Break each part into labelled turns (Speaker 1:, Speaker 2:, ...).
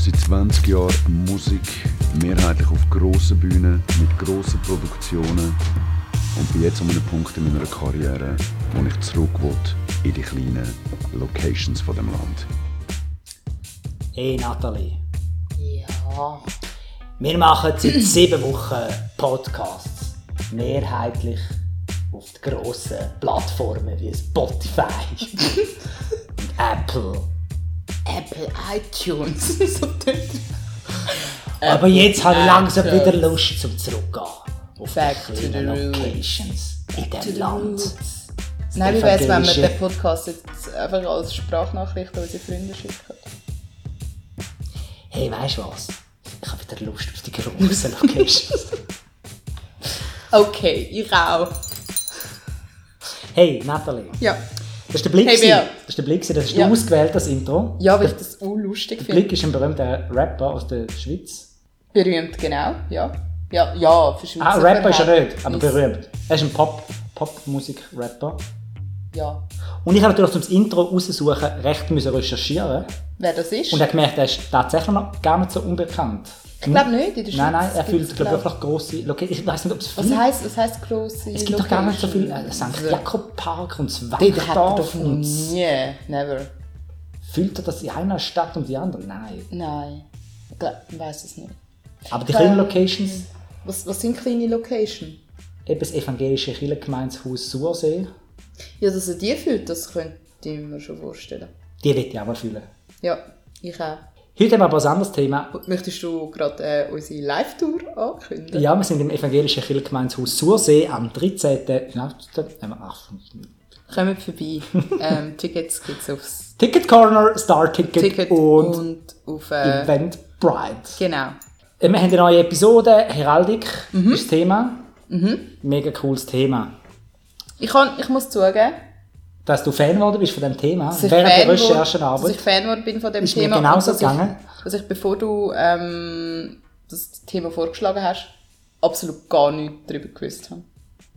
Speaker 1: seit 20 Jahren Musik, mehrheitlich auf grossen Bühnen, mit grossen Produktionen. Und bin jetzt an einem Punkt in meiner Karriere, wo ich zurück will in die kleinen Locations von dem Land.
Speaker 2: Hey Nathalie,
Speaker 3: Ja.
Speaker 2: wir machen seit sieben Wochen Podcasts. Mehrheitlich auf den grossen Plattformen wie Spotify und Apple.
Speaker 3: Apple iTunes. so tönt.
Speaker 2: Aber jetzt habe ich langsam
Speaker 3: Apple.
Speaker 2: wieder Lust zum Zurückgehen. Auf
Speaker 3: Back to
Speaker 2: die
Speaker 3: the
Speaker 2: kleinen
Speaker 3: roots.
Speaker 2: Locations in diesem
Speaker 3: the
Speaker 2: Land.
Speaker 3: roots. Nein, wie wäre es, wenn wir
Speaker 2: Evangelische.
Speaker 3: den Podcast jetzt einfach als Sprachnachricht an unsere Freunde schicken?
Speaker 2: Hey, weißt du was? Ich habe wieder Lust auf die grossen Locations.
Speaker 3: Okay, ich auch.
Speaker 2: hey Nathalie,
Speaker 3: Ja.
Speaker 2: das ist der Blick.
Speaker 3: Hey,
Speaker 2: gewesen.
Speaker 3: Bea.
Speaker 2: das ist der Blick, gewesen. das ist
Speaker 3: Ja.
Speaker 2: ausgewählt, das Intro.
Speaker 3: Ja, weil ich das unlustig
Speaker 2: Der
Speaker 3: finde.
Speaker 2: Blick ist ein berühmter Rapper aus der Schweiz.
Speaker 3: Berühmt, genau. Ja. Ja, ja, für Schweizer
Speaker 2: Ah, Rapper ist er nicht, aber
Speaker 3: Verhältnisse.
Speaker 2: berühmt. Er ist ein Pop, Popmusik-Rapper.
Speaker 3: Ja.
Speaker 2: Und ich habe natürlich zum Intro raussuchen recht müssen recherchieren
Speaker 3: Wer das ist?
Speaker 2: und habe gemerkt, er ist tatsächlich noch gar nicht so unbekannt.
Speaker 3: Ich glaube nicht, in der
Speaker 2: Nein, nein,
Speaker 3: Schweiz
Speaker 2: er
Speaker 3: gibt's,
Speaker 2: fühlt glaube ich
Speaker 3: glaub-
Speaker 2: wirklich grosse Loca- Ich weiß nicht, ob es
Speaker 3: was
Speaker 2: viel...
Speaker 3: heisst, was heisst grosse Also,
Speaker 2: Es gibt doch gar nicht so viel... Äh, St. Jakob Park und das Wächtdorf
Speaker 3: noch
Speaker 2: und...
Speaker 3: nie. Never.
Speaker 2: Fühlt er das in einer Stadt und die andere? Nein.
Speaker 3: Nein. Ich glaub- Ich weiß es nicht.
Speaker 2: Aber die kleinen
Speaker 3: Ähm.
Speaker 2: Locations,
Speaker 3: Was, was sind kleine Location?
Speaker 2: eben das evangelische Kirchengemeinshaus Sursee,
Speaker 3: Ja, dass er die fühlt, das könnte ich mir schon vorstellen.
Speaker 2: die will ich auch mal fühlen.
Speaker 3: Ja, ich auch.
Speaker 2: Heute haben wir aber ein anderes Thema.
Speaker 3: Möchtest du gerade äh, unsere Live-Tour ankündigen?
Speaker 2: Ja, wir sind im evangelischen Kirchengemeinshaus Sursee am 13. Nein, ach,
Speaker 3: Kommt vorbei. ähm, Tickets gibt es aufs
Speaker 2: Ticket Corner, Star Ticket,
Speaker 3: Ticket und,
Speaker 2: und,
Speaker 3: auf... Äh,
Speaker 2: Eventbrite.
Speaker 3: genau.
Speaker 2: Äh, Wir haben eine neue Episode, Heraldik
Speaker 3: Mhm.
Speaker 2: ist das Thema. Mega cooles Thema.
Speaker 3: Ich, kann, ich muss zugeben,
Speaker 2: Dass du Fan geworden bist von dem Thema,
Speaker 3: dass ich,
Speaker 2: während
Speaker 3: Fan
Speaker 2: der
Speaker 3: wurde- dass
Speaker 2: Recherchenarbeit.
Speaker 3: ich Fan geworden bin von dem
Speaker 2: Ist mir
Speaker 3: Thema.
Speaker 2: genauso
Speaker 3: und dass ich-
Speaker 2: gegangen.
Speaker 3: Dass ich, bevor du ähm, das Thema vorgeschlagen hast, absolut gar nichts darüber gewusst habe.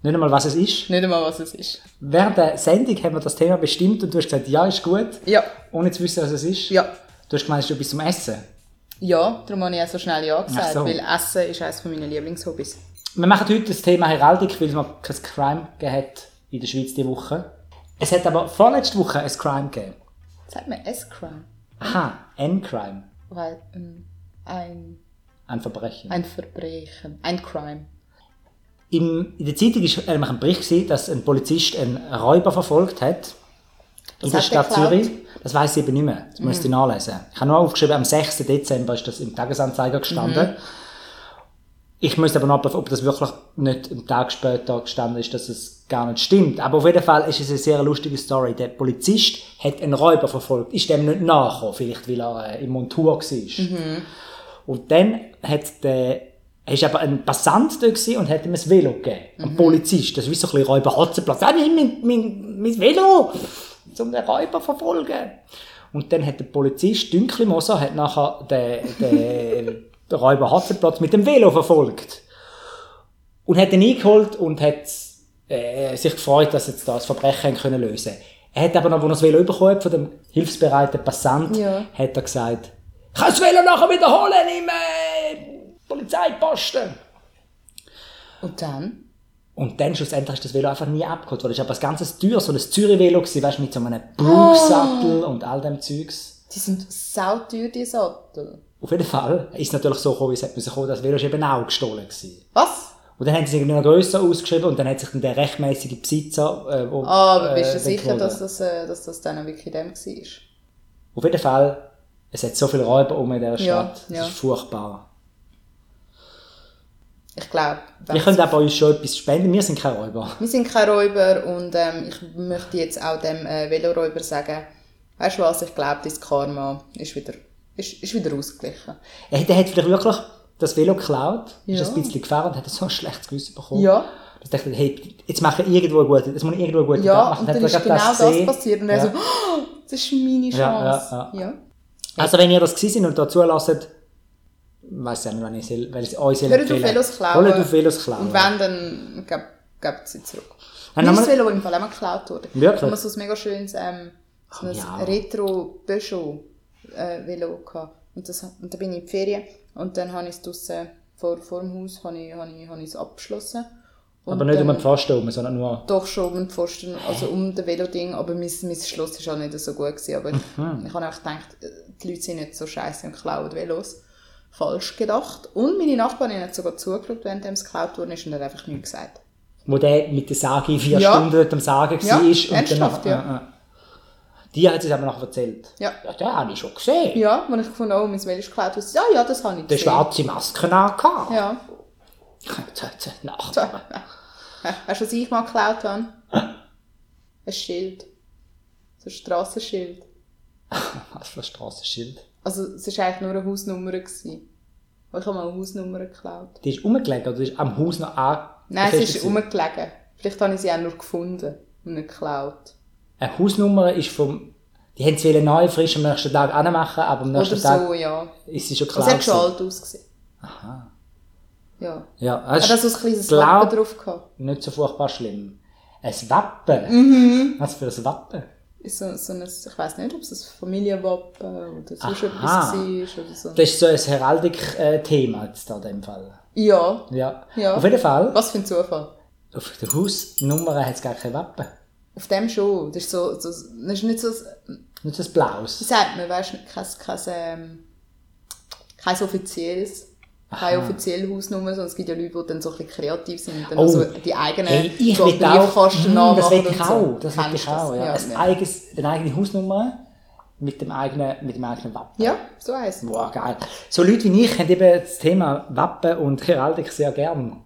Speaker 2: Nicht einmal, was es ist.
Speaker 3: Nicht einmal, was es ist.
Speaker 2: Während der Sendung haben wir das Thema bestimmt und du hast gesagt, ja, ist gut,
Speaker 3: Ja,
Speaker 2: ohne zu wissen, was es ist.
Speaker 3: ja.
Speaker 2: Du hast gemeint, du bist zum Essen.
Speaker 3: Ja, darum habe ich auch so schnell Ja
Speaker 2: Ach
Speaker 3: gesagt,
Speaker 2: so.
Speaker 3: weil Essen ist eines meiner Lieblingshobbys.
Speaker 2: Wir machen heute das Thema Heraldik, weil es noch kein Crime gegeben hat in der Schweiz diese Woche. Es hat aber vorletzte Woche ein Crime gegeben.
Speaker 3: Sagt man S-Crime?
Speaker 2: Aha, ein Crime.
Speaker 3: Weil ähm, ein,
Speaker 2: Ein Verbrechen.
Speaker 3: ein Verbrechen, ein Crime.
Speaker 2: Im, in der Zeitung war nämlich ein Bericht, gewesen, dass ein Polizist einen Räuber verfolgt hat. in der
Speaker 3: hat er
Speaker 2: Stadt
Speaker 3: geklaut? Mhm.
Speaker 2: Zürich. Das weiß ich eben nicht mehr. Das müsst ihr nachlesen. Ich habe nur aufgeschrieben, am 6. Dezember ist das im Tagesanzeiger gestanden.
Speaker 3: Mhm.
Speaker 2: Ich müsste aber noch prüfen, ob das wirklich nicht einen Tag später gestanden ist, dass es gar nicht stimmt. Aber auf jeden Fall ist es eine sehr lustige Story. Der Polizist hat einen Räuber verfolgt, ist dem nicht nachgekommen, vielleicht weil er äh, in Montur war.
Speaker 3: Mhm.
Speaker 2: Und dann hat der, er ist aber ein Passant da gewesen und hat ihm ein Velo gegeben. Ein Polizist. Das ist wie so ein bisschen Räuberhotzenplatz. Ah, nimm mein, mein, mein Velo! Um den Räuber zu verfolgen. Und dann hat der Polizist, Dünkelmoser, hat nachher den, den Räuber Hotzenplatz mit dem Velo verfolgt. Und hat ihn eingeholt und hat äh, sich gefreut, dass jetzt das Verbrechen haben können lösen Er hat aber noch, als er das Velo bekommen hat, von dem hilfsbereiten Passant,
Speaker 3: Ja.
Speaker 2: hat er gesagt, ich kann das Velo nachher wiederholen im äh, Polizeiposten.
Speaker 3: Und dann?
Speaker 2: Und dann schlussendlich ist das Velo einfach nie abgeholt worden. Es war aber ein ganzes Tür, so ein Zürich-Velo, gewesen, weißt du, mit so einem Brooksattel und all dem Zeugs.
Speaker 3: Die sind sauteuer, die Sattel.
Speaker 2: Auf jeden Fall ist es natürlich so gekommen, wie es hätte müssen kommen, das Velo ist eben auch gestohlen gewesen.
Speaker 3: Was?
Speaker 2: Und dann haben sie es irgendwie noch grösser ausgeschrieben und dann hat sich dann der rechtmäßige Besitzer... Äh, wo,
Speaker 3: Ah, Aber bist
Speaker 2: äh,
Speaker 3: du sicher,
Speaker 2: weggeholt.
Speaker 3: dass das, äh, dass das dann auch wirklich dem war?
Speaker 2: Auf jeden Fall, es hat so viele Räuber um in dieser
Speaker 3: Ja,
Speaker 2: Stadt.
Speaker 3: ja.
Speaker 2: Das ist furchtbar.
Speaker 3: Ich glaube,
Speaker 2: Ihr könnt auch bei uns schon etwas spenden, wir sind keine Räuber.
Speaker 3: wir sind kein Räuber und ähm, ich möchte jetzt auch dem äh, Veloräuber sagen, weißt du was, ich glaube, dein Karma ist wieder, ist, ist wieder ausgeglichen.
Speaker 2: Er hat- er hat vielleicht wirklich das Velo geklaut,
Speaker 3: Ja.
Speaker 2: ist ein bisschen gefahren und hat so ein schlechtes Gewissen bekommen.
Speaker 3: Ja.
Speaker 2: Ich dachte, ich, hey, jetzt mache ich irgendwo eine gute, jetzt muss ich irgendwo eine gute Tat
Speaker 3: Ja,
Speaker 2: machen.
Speaker 3: und dann
Speaker 2: Hat er
Speaker 3: ist genau
Speaker 2: gerade
Speaker 3: das,
Speaker 2: gesehen.
Speaker 3: passiert. Und er
Speaker 2: Ja.
Speaker 3: so, oh, das ist meine
Speaker 2: Ja,
Speaker 3: Chance. Ja,
Speaker 2: ja, Also wenn ihr das gesehen seid und da zulasst, weiss ich nicht, wenn ich soll, weil ich euch soll
Speaker 3: Hört auf
Speaker 2: empfehlen.
Speaker 3: Velos klauen.
Speaker 2: Hört auf Velos klauen.
Speaker 3: Und wenn, dann gebt sie zurück.
Speaker 2: Dann
Speaker 3: Mein
Speaker 2: haben wir-
Speaker 3: Velo im Fall auch mal geklaut wurde.
Speaker 2: Wirklich?
Speaker 3: Ich habe so ein mega schönes ähm, so ein
Speaker 2: ja.
Speaker 3: retro peugeot äh, velo gehabt. Und, das, und dann bin ich in die Ferien und dann habe ich es draussen vor, vor dem Haus habe ich, habe ich, habe ich es abgeschlossen. Und äh,
Speaker 2: Aber nicht
Speaker 3: dann-
Speaker 2: um den Pfosten herum, sondern nur...
Speaker 3: Doch schon um den Pfosten, also um den Veloding, aber mein, mein Schloss war auch nicht so gut. Gewesen, aber ich habe auch gedacht, äh, die Leute sind nicht so scheiße und klauen Velos. Falsch gedacht. Und meine Nachbarin hat sogar zugeschaut, während es geklaut wurde und hat einfach nichts gesagt.
Speaker 2: Wo der mit der Sage vier
Speaker 3: Ja.
Speaker 2: Stunden dort am Sagen
Speaker 3: Ja,
Speaker 2: war. und dann
Speaker 3: ernsthaft,
Speaker 2: nachher-
Speaker 3: ja.
Speaker 2: äh, äh. Die hat es aber nachher erzählt.
Speaker 3: Ja.
Speaker 2: Ja, den habe ich schon gesehen.
Speaker 3: Ja, wenn ich gefunden habe, oh, mein Velo ist geklaut, wusste ich, ja, ja, das habe ich
Speaker 2: Der
Speaker 3: gesehen.
Speaker 2: schwarze Masken angehabt.
Speaker 3: Ja.
Speaker 2: Nachbarn.
Speaker 3: Weißt du, was ich mal geklaut habe? Ein Schild. So ein Strassenschild.
Speaker 2: Was für ein Strassenschild.
Speaker 3: Also, es war eigentlich nur eine Hausnummer. Gewesen. Aber Ich habe mal eine Hausnummer geklaut.
Speaker 2: Die ist umgelegt oder die ist am Haus noch an.
Speaker 3: Nein,
Speaker 2: befestigt
Speaker 3: es ist
Speaker 2: gewesen?
Speaker 3: rumgelegen. Vielleicht habe ich sie auch nur gefunden und nicht geklaut.
Speaker 2: Eine Hausnummer ist vom. Die haben sie neu frisch am nächsten Tag anmachen, aber am
Speaker 3: Oder
Speaker 2: nächsten Tag
Speaker 3: so, ja.
Speaker 2: ist sie schon
Speaker 3: Es
Speaker 2: klar.
Speaker 3: hat schon
Speaker 2: gewesen.
Speaker 3: alt ausgesehen.
Speaker 2: Aha.
Speaker 3: Ja.
Speaker 2: Ja, das
Speaker 3: Hat
Speaker 2: ist
Speaker 3: er so Ah, ein kleines
Speaker 2: glaub-
Speaker 3: Lappen drauf gehabt?
Speaker 2: nicht so furchtbar schlimm. Ein Wappen.
Speaker 3: Mhm.
Speaker 2: Was für ein Wappen?
Speaker 3: Ist So, so ein, ich weiß nicht, ob es ein Familienwappen oder sonst
Speaker 2: Aha.
Speaker 3: etwas war. Oder so.
Speaker 2: Das ist so ein Heraldik-Thema jetzt da in dem Fall.
Speaker 3: Ja.
Speaker 2: Ja.
Speaker 3: Ja.
Speaker 2: Auf jeden Fall,
Speaker 3: Was für ein Zufall.
Speaker 2: auf der Hausnummer hat es gar kein Wappen.
Speaker 3: Auf dem schon. Das ist, so, so, das ist nicht so, wie
Speaker 2: Nicht ein blaues.
Speaker 3: sagt man, weißt du, kein, kein, ähm, kein offizielles. Keine offizielle Hausnummer, sondern es gibt ja Leute, die dann so ein bisschen kreativ sind und dann
Speaker 2: Oh.
Speaker 3: auch so Also die eigenen
Speaker 2: Hey, ich
Speaker 3: so
Speaker 2: will auch,
Speaker 3: Briefkasten
Speaker 2: mm, das
Speaker 3: nachmachen
Speaker 2: will
Speaker 3: und
Speaker 2: ich
Speaker 3: so.
Speaker 2: auch, das will
Speaker 3: Kennst
Speaker 2: ich
Speaker 3: du ne.
Speaker 2: auch, ja. Ein Eigenes, eine eigene Hausnummer mit dem eigenen, mit dem eigenen Wappen.
Speaker 3: Ja, so heisst es.
Speaker 2: Boah, geil. So Leute wie ich haben eben das Thema Wappen und Heraldik sehr gern.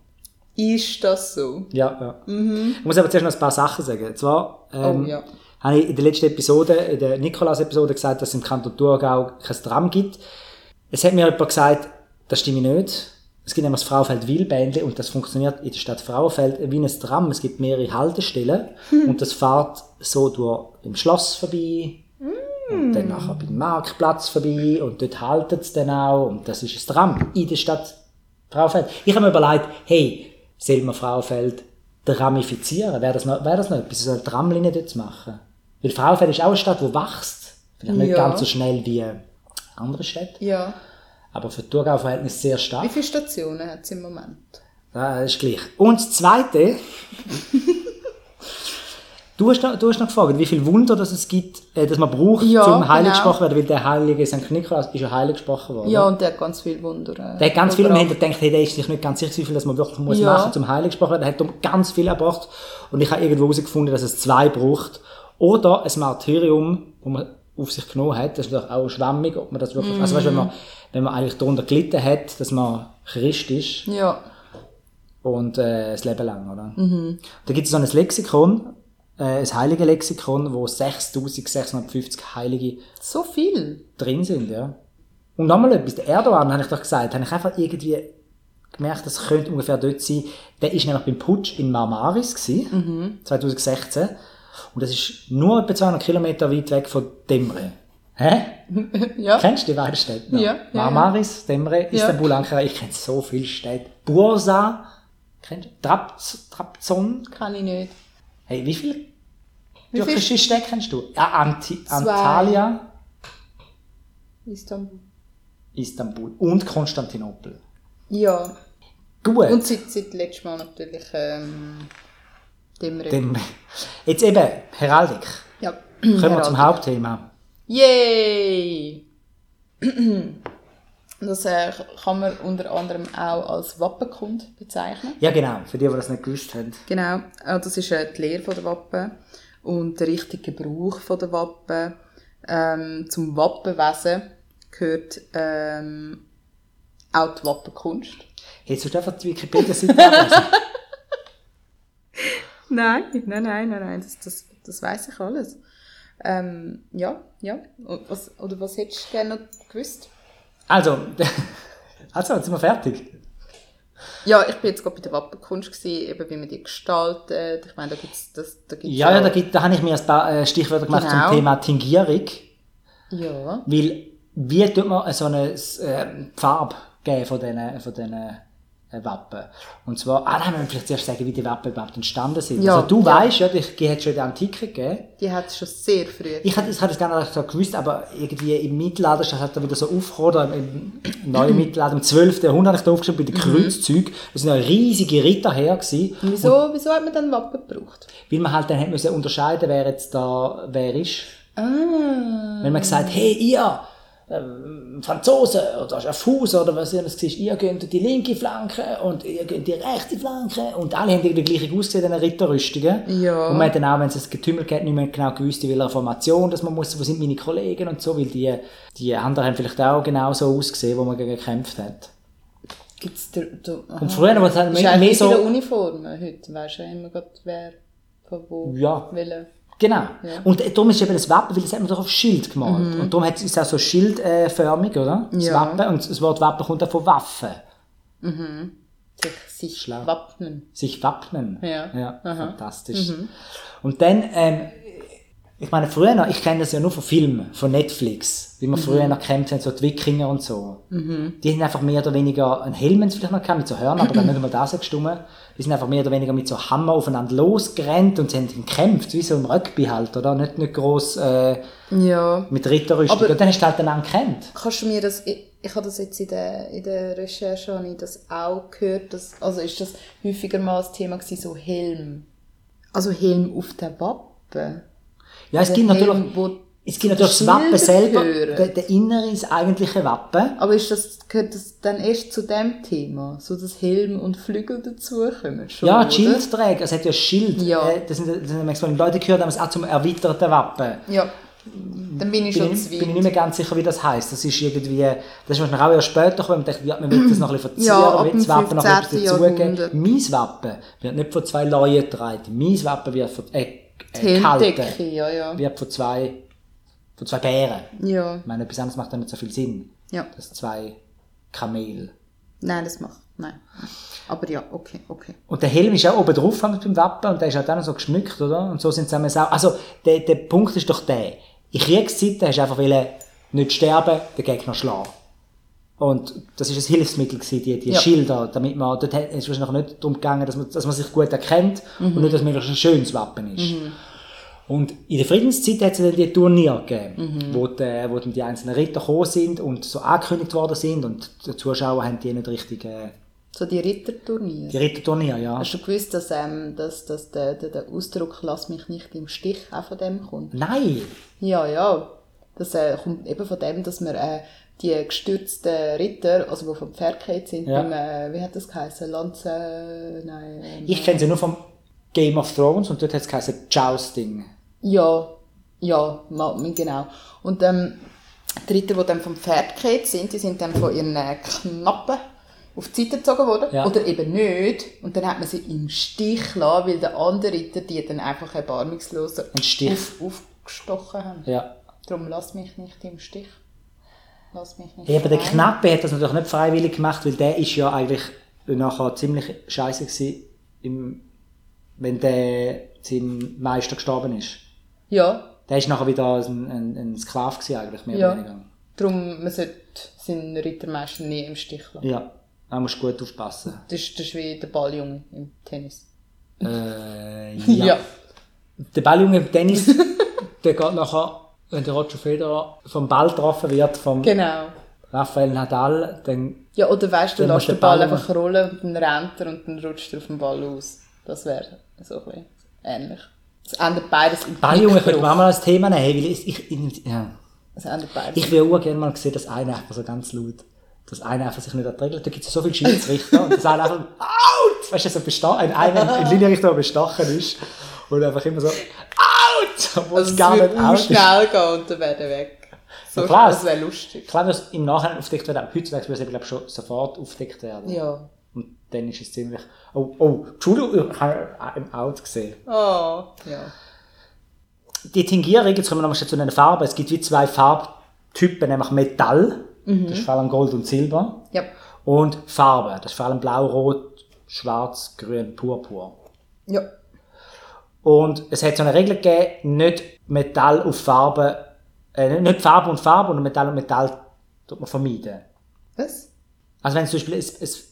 Speaker 3: Ist das so?
Speaker 2: Ja, ja. Ich muss aber zuerst noch ein paar Sachen sagen. Und zwar ähm,
Speaker 3: Oh, ja.
Speaker 2: habe ich in der letzten Episode, in der Nikolaus-Episode gesagt, dass es im Kanton Thurgau kein Tram gibt. Es hat mir jemand gesagt, das stimme nicht. Es gibt nämlich das Frauenfeld-Wilbändli und das funktioniert in der Stadt Frauenfeld wie ein Tram. Es gibt mehrere Haltestellen und das fährt so durch im Schloss vorbei und dann nachher beim Marktplatz vorbei und dort haltet es dann auch und das ist ein Tram in der Stadt Frauenfeld. Ich habe mir überlegt, hey, soll man Frauenfeld dramifizieren? Wäre das noch, wäre das noch etwas, so eine Tramlinie dort zu machen? Weil Frauenfeld ist auch eine Stadt, die wächst. Vielleicht nicht
Speaker 3: Ja.
Speaker 2: ganz so schnell wie andere Städte.
Speaker 3: Ja.
Speaker 2: Aber für die Thurgau-Verhältnis sehr
Speaker 3: Wie
Speaker 2: stark.
Speaker 3: viele Stationen hat es im Moment?
Speaker 2: Ja, Das ist gleich. Und das Zweite. du, hast noch, du hast noch gefragt, wie viel Wunder dass es gibt, äh, dass man braucht,
Speaker 3: Ja,
Speaker 2: um heilig
Speaker 3: genau.
Speaker 2: gesprochen zu werden. Weil der heilige St. Nikolaus ist ja heilig gesprochen worden.
Speaker 3: Ja, und der hat ganz viel Wunder. äh,
Speaker 2: Der hat ganz viel im
Speaker 3: vollbracht.
Speaker 2: Händler gedacht, hey, der ist sich nicht ganz sicher, wie viel das man wirklich muss
Speaker 3: Ja.
Speaker 2: machen zum Heilig gesprochen. werden. Der hat darum ganz viel erbracht. Und ich habe irgendwo herausgefunden, dass es zwei braucht. Oder ein Martyrium, das man auf sich genommen hat. Das ist natürlich auch schwammig, ob man das wirklich,
Speaker 3: Mhm.
Speaker 2: also weißt, du, wenn man, wenn man eigentlich darunter gelitten hat, dass man Christ ist
Speaker 3: Ja.
Speaker 2: und äh, das Leben lang, oder? Da gibt es so ein Lexikon, äh, ein heilige Lexikon, wo 6650 Heilige
Speaker 3: So viel.
Speaker 2: drin sind, ja. Und nochmal etwas, der Erdogan, habe ich doch gesagt, habe ich einfach irgendwie gemerkt, das könnte ungefähr dort sein. Der ist nämlich beim Putsch in Marmaris gewesen, 2016. Und das ist nur etwa 200 Kilometer weit weg von Demre. Hä?
Speaker 3: Ja.
Speaker 2: Kennst du die beiden Städte noch?
Speaker 3: Ja, ja, ja.
Speaker 2: Marmaris, Demre, Istanbul, Ankara, ich kenne so viele Städte. Bursa, kennst du? Trabz- Trabzon.
Speaker 3: Kann ich nicht.
Speaker 2: Hey, wie viele
Speaker 3: Wie viel?
Speaker 2: türkische Städte kennst du? Ja, Anti Antalya.
Speaker 3: Istanbul.
Speaker 2: Istanbul und Konstantinopel.
Speaker 3: Ja.
Speaker 2: Gut.
Speaker 3: Und seit, seit letztem Mal natürlich ähm, Demre.
Speaker 2: Dann- jetzt eben, Heraldik.
Speaker 3: ja. Genau.
Speaker 2: Kommen wir zum Hauptthema.
Speaker 3: Yay! Das äh, kann man unter anderem auch als Wappenkund bezeichnen.
Speaker 2: Ja, genau, für die, die das nicht gewusst haben.
Speaker 3: Genau, äh, das ist äh, die Lehre von der Wappen und der richtige Gebrauch von der Wappen. Ähm, zum Wappenwesen gehört ähm, auch die Wappenkunst.
Speaker 2: Jetzt sollst du einfach die Wikipedia-Seite ablesen.
Speaker 3: Nein, nein, nein, nein, nein, das, das, das weiß ich alles. Ähm, ja, ja. Und was, oder was hättest du gerne noch gewusst?
Speaker 2: Also, also, jetzt sind wir fertig.
Speaker 3: Ja, ich bin jetzt gerade bei der Wappenkunst, gewesen, eben wie man die gestaltet. Ich meine, da gibt's das, da gibt's
Speaker 2: Ja, ja,
Speaker 3: auch-
Speaker 2: da, gibt, da habe ich mir ein paar äh, Stichwörter gemacht
Speaker 3: Genau.
Speaker 2: zum Thema Tingierung.
Speaker 3: Ja.
Speaker 2: ähm, Weil, wie tut man so eine äh, Farbe geben von diesen von diesen äh, Wappen. Und zwar, ah, nein, wir müssen vielleicht zuerst sagen, wie die Wappen überhaupt entstanden sind.
Speaker 3: Ja,
Speaker 2: also du
Speaker 3: ja.
Speaker 2: weißt ja, die die hat schon in der Antike gegeben.
Speaker 3: Die hat es schon sehr früh.
Speaker 2: Ich hätte ich hätte es gerne so gewusst, aber irgendwie im Mittelalter ist das halt dann wieder so aufgekommen, oder im, im neuen Mittelalter, im 12. Jahrhundert habe ich da aufgeschrieben, bei den
Speaker 3: Mhm.
Speaker 2: Kreuzzügen. Das sind ja riesige Ritter her gewesen.
Speaker 3: Wieso, wieso hat man dann Wappen gebraucht?
Speaker 2: Weil man halt dann hat müssen unterscheiden, wer jetzt da wer ist.
Speaker 3: Ah.
Speaker 2: Wenn man gesagt hey, ihr ähm, Franzosen oder Schaffhauser oder was ihr das war, ihr geht die linke Flanke und ihr geht die rechte Flanke und alle haben irgendwie gleich ausgesehen, diese Ritterrüstungen.
Speaker 3: Ja.
Speaker 2: Und man hat dann auch, wenn es ein Getümmel gibt, nicht mehr genau gewusst, in welcher Formation dass man muss, wo sind meine Kollegen und so, weil die, die anderen haben vielleicht auch genau so ausgesehen, wo man gegen gekämpft hat.
Speaker 3: Gibt's da, da,
Speaker 2: Und früher, was halt
Speaker 3: Ah. Ist
Speaker 2: mehr, mehr
Speaker 3: eigentlich so... in der
Speaker 2: so...
Speaker 3: Uniform heute, weisst du ja immer grad, wer von wo
Speaker 2: Ja.
Speaker 3: will.
Speaker 2: Genau. Und darum ist eben das Wappen, weil das hat man doch auf Schild gemalt. Und darum hat es- ist es auch so schildförmig, oder? Das
Speaker 3: Mhm. Ja.
Speaker 2: Wappen. Und das Wort Wappen kommt auch von Waffen.
Speaker 3: Sich, sich
Speaker 2: Schlau.
Speaker 3: wappnen.
Speaker 2: sich wappnen.
Speaker 3: Ja. Aha. Mhm.
Speaker 2: fantastisch. Und dann, ähm, ich meine, früher noch, ich kenne das ja nur von Filmen, von Netflix, wie
Speaker 3: Mhm.
Speaker 2: man früher noch gekämpft haben, so die Wikinger und so. Die haben einfach mehr oder weniger einen Helm haben sie vielleicht noch gehabt, mit so Hörnern, aber dann nicht mal das gestummen. Die sind einfach mehr oder weniger mit so Hammer aufeinander losgerannt und sie haben gekämpft, wie so im Rugby halt, oder? Nicht, nicht gross äh,
Speaker 3: Ja.
Speaker 2: mit Ritterrüstung.
Speaker 3: Aber-
Speaker 2: und dann hast du halt einander gekämpft.
Speaker 3: Kannst du mir das, ich, ich habe das jetzt in der, in der Recherche habe ich das auch gehört, dass, also ist das häufiger mal das Thema gewesen, so Helm. Also Helm auf der Wappen.
Speaker 2: Ja, es
Speaker 3: Der
Speaker 2: gibt natürlich...
Speaker 3: Helm, wo
Speaker 2: Es gibt natürlich das
Speaker 3: zum
Speaker 2: Wappen
Speaker 3: Schild
Speaker 2: selber,
Speaker 3: gehört.
Speaker 2: der, der innere, das eigentliche Wappen.
Speaker 3: Aber ist das, gehört das dann erst zu dem Thema? So, dass Helm und Flügel dazukommen? Schon,
Speaker 2: Ja,
Speaker 3: oder?
Speaker 2: Schild trägt, also hat ja ein Schild.
Speaker 3: Ja.
Speaker 2: Äh, Das sind, das sind manchmal Leute gehört, haben es auch zum erweiterten Wappen.
Speaker 3: Ja. Dann bin ich
Speaker 2: Bin
Speaker 3: schon
Speaker 2: ich,
Speaker 3: zu
Speaker 2: bin ich
Speaker 3: weit.
Speaker 2: nicht mehr ganz sicher, wie das heisst. Das ist irgendwie, das ist wahrscheinlich auch eher später gekommen, man denkt, ja, man will das noch ein bisschen verzieren,
Speaker 3: Ja, ab
Speaker 2: man will das
Speaker 3: dem
Speaker 2: Wappen noch ein bisschen
Speaker 3: 15.
Speaker 2: dazugeben.
Speaker 3: Jahrhundert.
Speaker 2: Mein Wappen wird nicht von zwei Leuten getragen. Mein Wappen wird von, äh,
Speaker 3: Die
Speaker 2: äh, gehalten.
Speaker 3: Helmdecke, ja, ja.
Speaker 2: Wird von zwei, von zwei Bären.
Speaker 3: Ja.
Speaker 2: Ich meine, etwas anderes macht dann nicht so viel Sinn.
Speaker 3: Ja.
Speaker 2: Das zwei Kamel.
Speaker 3: Nein, das macht. Nein. Aber ja, okay, okay.
Speaker 2: Und der Helm ist auch oben drauf hängt beim Wappen und der ist halt auch noch so geschmückt, oder? Und so sind sie auch. Also, der, der Punkt ist doch der. In Kriegszeiten hast du einfach wollen, nicht sterben, den Gegner schlagen. Und das ist ein Hilfsmittel gewesen, die, die
Speaker 3: Ja.
Speaker 2: Schilder, damit man, dort hat- es ist wahrscheinlich nicht darum gegangen, dass man, dass man sich gut erkennt und nicht, dass man ein schönes Wappen ist. Und in der Friedenszeit hat es dann die Turniere gegeben, wo, die, äh, wo dann die einzelnen Ritter gekommen sind und so angekündigt worden sind und die Zuschauer haben die nicht richtig, äh,
Speaker 3: So die Ritterturniere.
Speaker 2: die Ritterturniere, ja.
Speaker 3: Hast du gewusst, dass, ähm, dass, dass der, der, der Ausdruck «Lass mich nicht im Stich» auch von dem kommt?
Speaker 2: Nein!
Speaker 3: Ja, ja. Das äh, kommt eben von dem, dass man äh, die gestürzten Ritter, also die vom Pferd gefallen sind,
Speaker 2: Ja.
Speaker 3: beim, äh, wie hat das geheißen? Lanze... Nein. ähm,
Speaker 2: Ich kenne sie nur vom Game of Thrones und dort hat es geheißen Jousting.
Speaker 3: Ja, ja, ma- genau. Und ähm, die Ritter, die dann vom Pferd gefallen sind, die sind dann von ihren äh, Knappen auf die Seite gezogen worden.
Speaker 2: Ja.
Speaker 3: Oder eben nicht. Und dann hat man sie im Stich gelassen, weil der andere Ritter die dann einfach erbarmungslos
Speaker 2: Ein Stich.
Speaker 3: auf, aufgestochen haben.
Speaker 2: Ja.
Speaker 3: Darum lass mich nicht im Stich. Lass mich nicht
Speaker 2: Eben der
Speaker 3: allein.
Speaker 2: Knappe hat das natürlich nicht freiwillig gemacht, weil der ist ja eigentlich nachher ziemlich scheiße gewesen, im, wenn der sein Meister gestorben ist.
Speaker 3: Ja,
Speaker 2: Der ist nachher wieder ein, ein, ein Sklave gewesen eigentlich, mehr oder
Speaker 3: ja.
Speaker 2: weniger.
Speaker 3: Darum, man sollte seinen Rittermeister nie im Stich lassen.
Speaker 2: Ja. Da musst du gut aufpassen.
Speaker 3: Das, ist, das ist wie der Balljunge im Tennis.
Speaker 2: Äh,
Speaker 3: Ja. ja.
Speaker 2: Der Balljunge im Tennis, der geht nachher, wenn der Roger Federer vom Ball getroffen wird, vom
Speaker 3: Genau.
Speaker 2: Rafael Nadal, dann
Speaker 3: Ja, oder weißt du,
Speaker 2: Dann musst
Speaker 3: lass
Speaker 2: du
Speaker 3: den
Speaker 2: den
Speaker 3: Ball,
Speaker 2: Ball
Speaker 3: einfach rollen und dann rennt er und dann rutscht er auf den Ball aus. Das wäre so ein bisschen ähnlich. Es endet beides im
Speaker 2: Balljunge
Speaker 3: Knick
Speaker 2: könnte man auch
Speaker 3: drauf.
Speaker 2: mal als Thema nehmen, weil ich, ich, ich, ja.
Speaker 3: Es endet beides.
Speaker 2: ich will auch gerne mal sehen, dass einer einfach so ganz laut, dass einer einfach sich nicht an die Regeln, da gibt es so viele Schiedsrichter und dass einer einfach, out! Weißt du, so besta- ein, einer ein Linienrichter, der bestochen ist und einfach immer so, out! Obwohl
Speaker 3: also
Speaker 2: es
Speaker 3: es
Speaker 2: gar
Speaker 3: würde
Speaker 2: nicht
Speaker 3: auch
Speaker 2: out ist.
Speaker 3: schnell gehen und dann wäre er weg. So,
Speaker 2: Ja, klar.
Speaker 3: Das wäre lustig.
Speaker 2: Klar, dass im Nachhinein aufdeckt wird, aber heutzutage würde es eben, glaub ich, schon sofort aufdeckt werden.
Speaker 3: Ja.
Speaker 2: Und dann ist es ziemlich, oh, oh, Entschuldigung, ich habe im Out gesehen.
Speaker 3: Oh. Ja.
Speaker 2: die Tingierung, jetzt kommen wir nochmal zu den Farben. Es gibt wie zwei Farbtypen, nämlich Metall,
Speaker 3: Mhm.
Speaker 2: das ist vor allem Gold und Silber,
Speaker 3: Ja.
Speaker 2: und Farbe, das ist vor allem Blau, Rot, Schwarz, Grün, Purpur.
Speaker 3: Ja.
Speaker 2: Und es hat so eine Regel gegeben, nicht Metall auf Farbe, äh, nicht Farbe und Farbe und Metall und Metall tut man vermeiden.
Speaker 3: Was?
Speaker 2: Also wenn es zum Beispiel, es, es,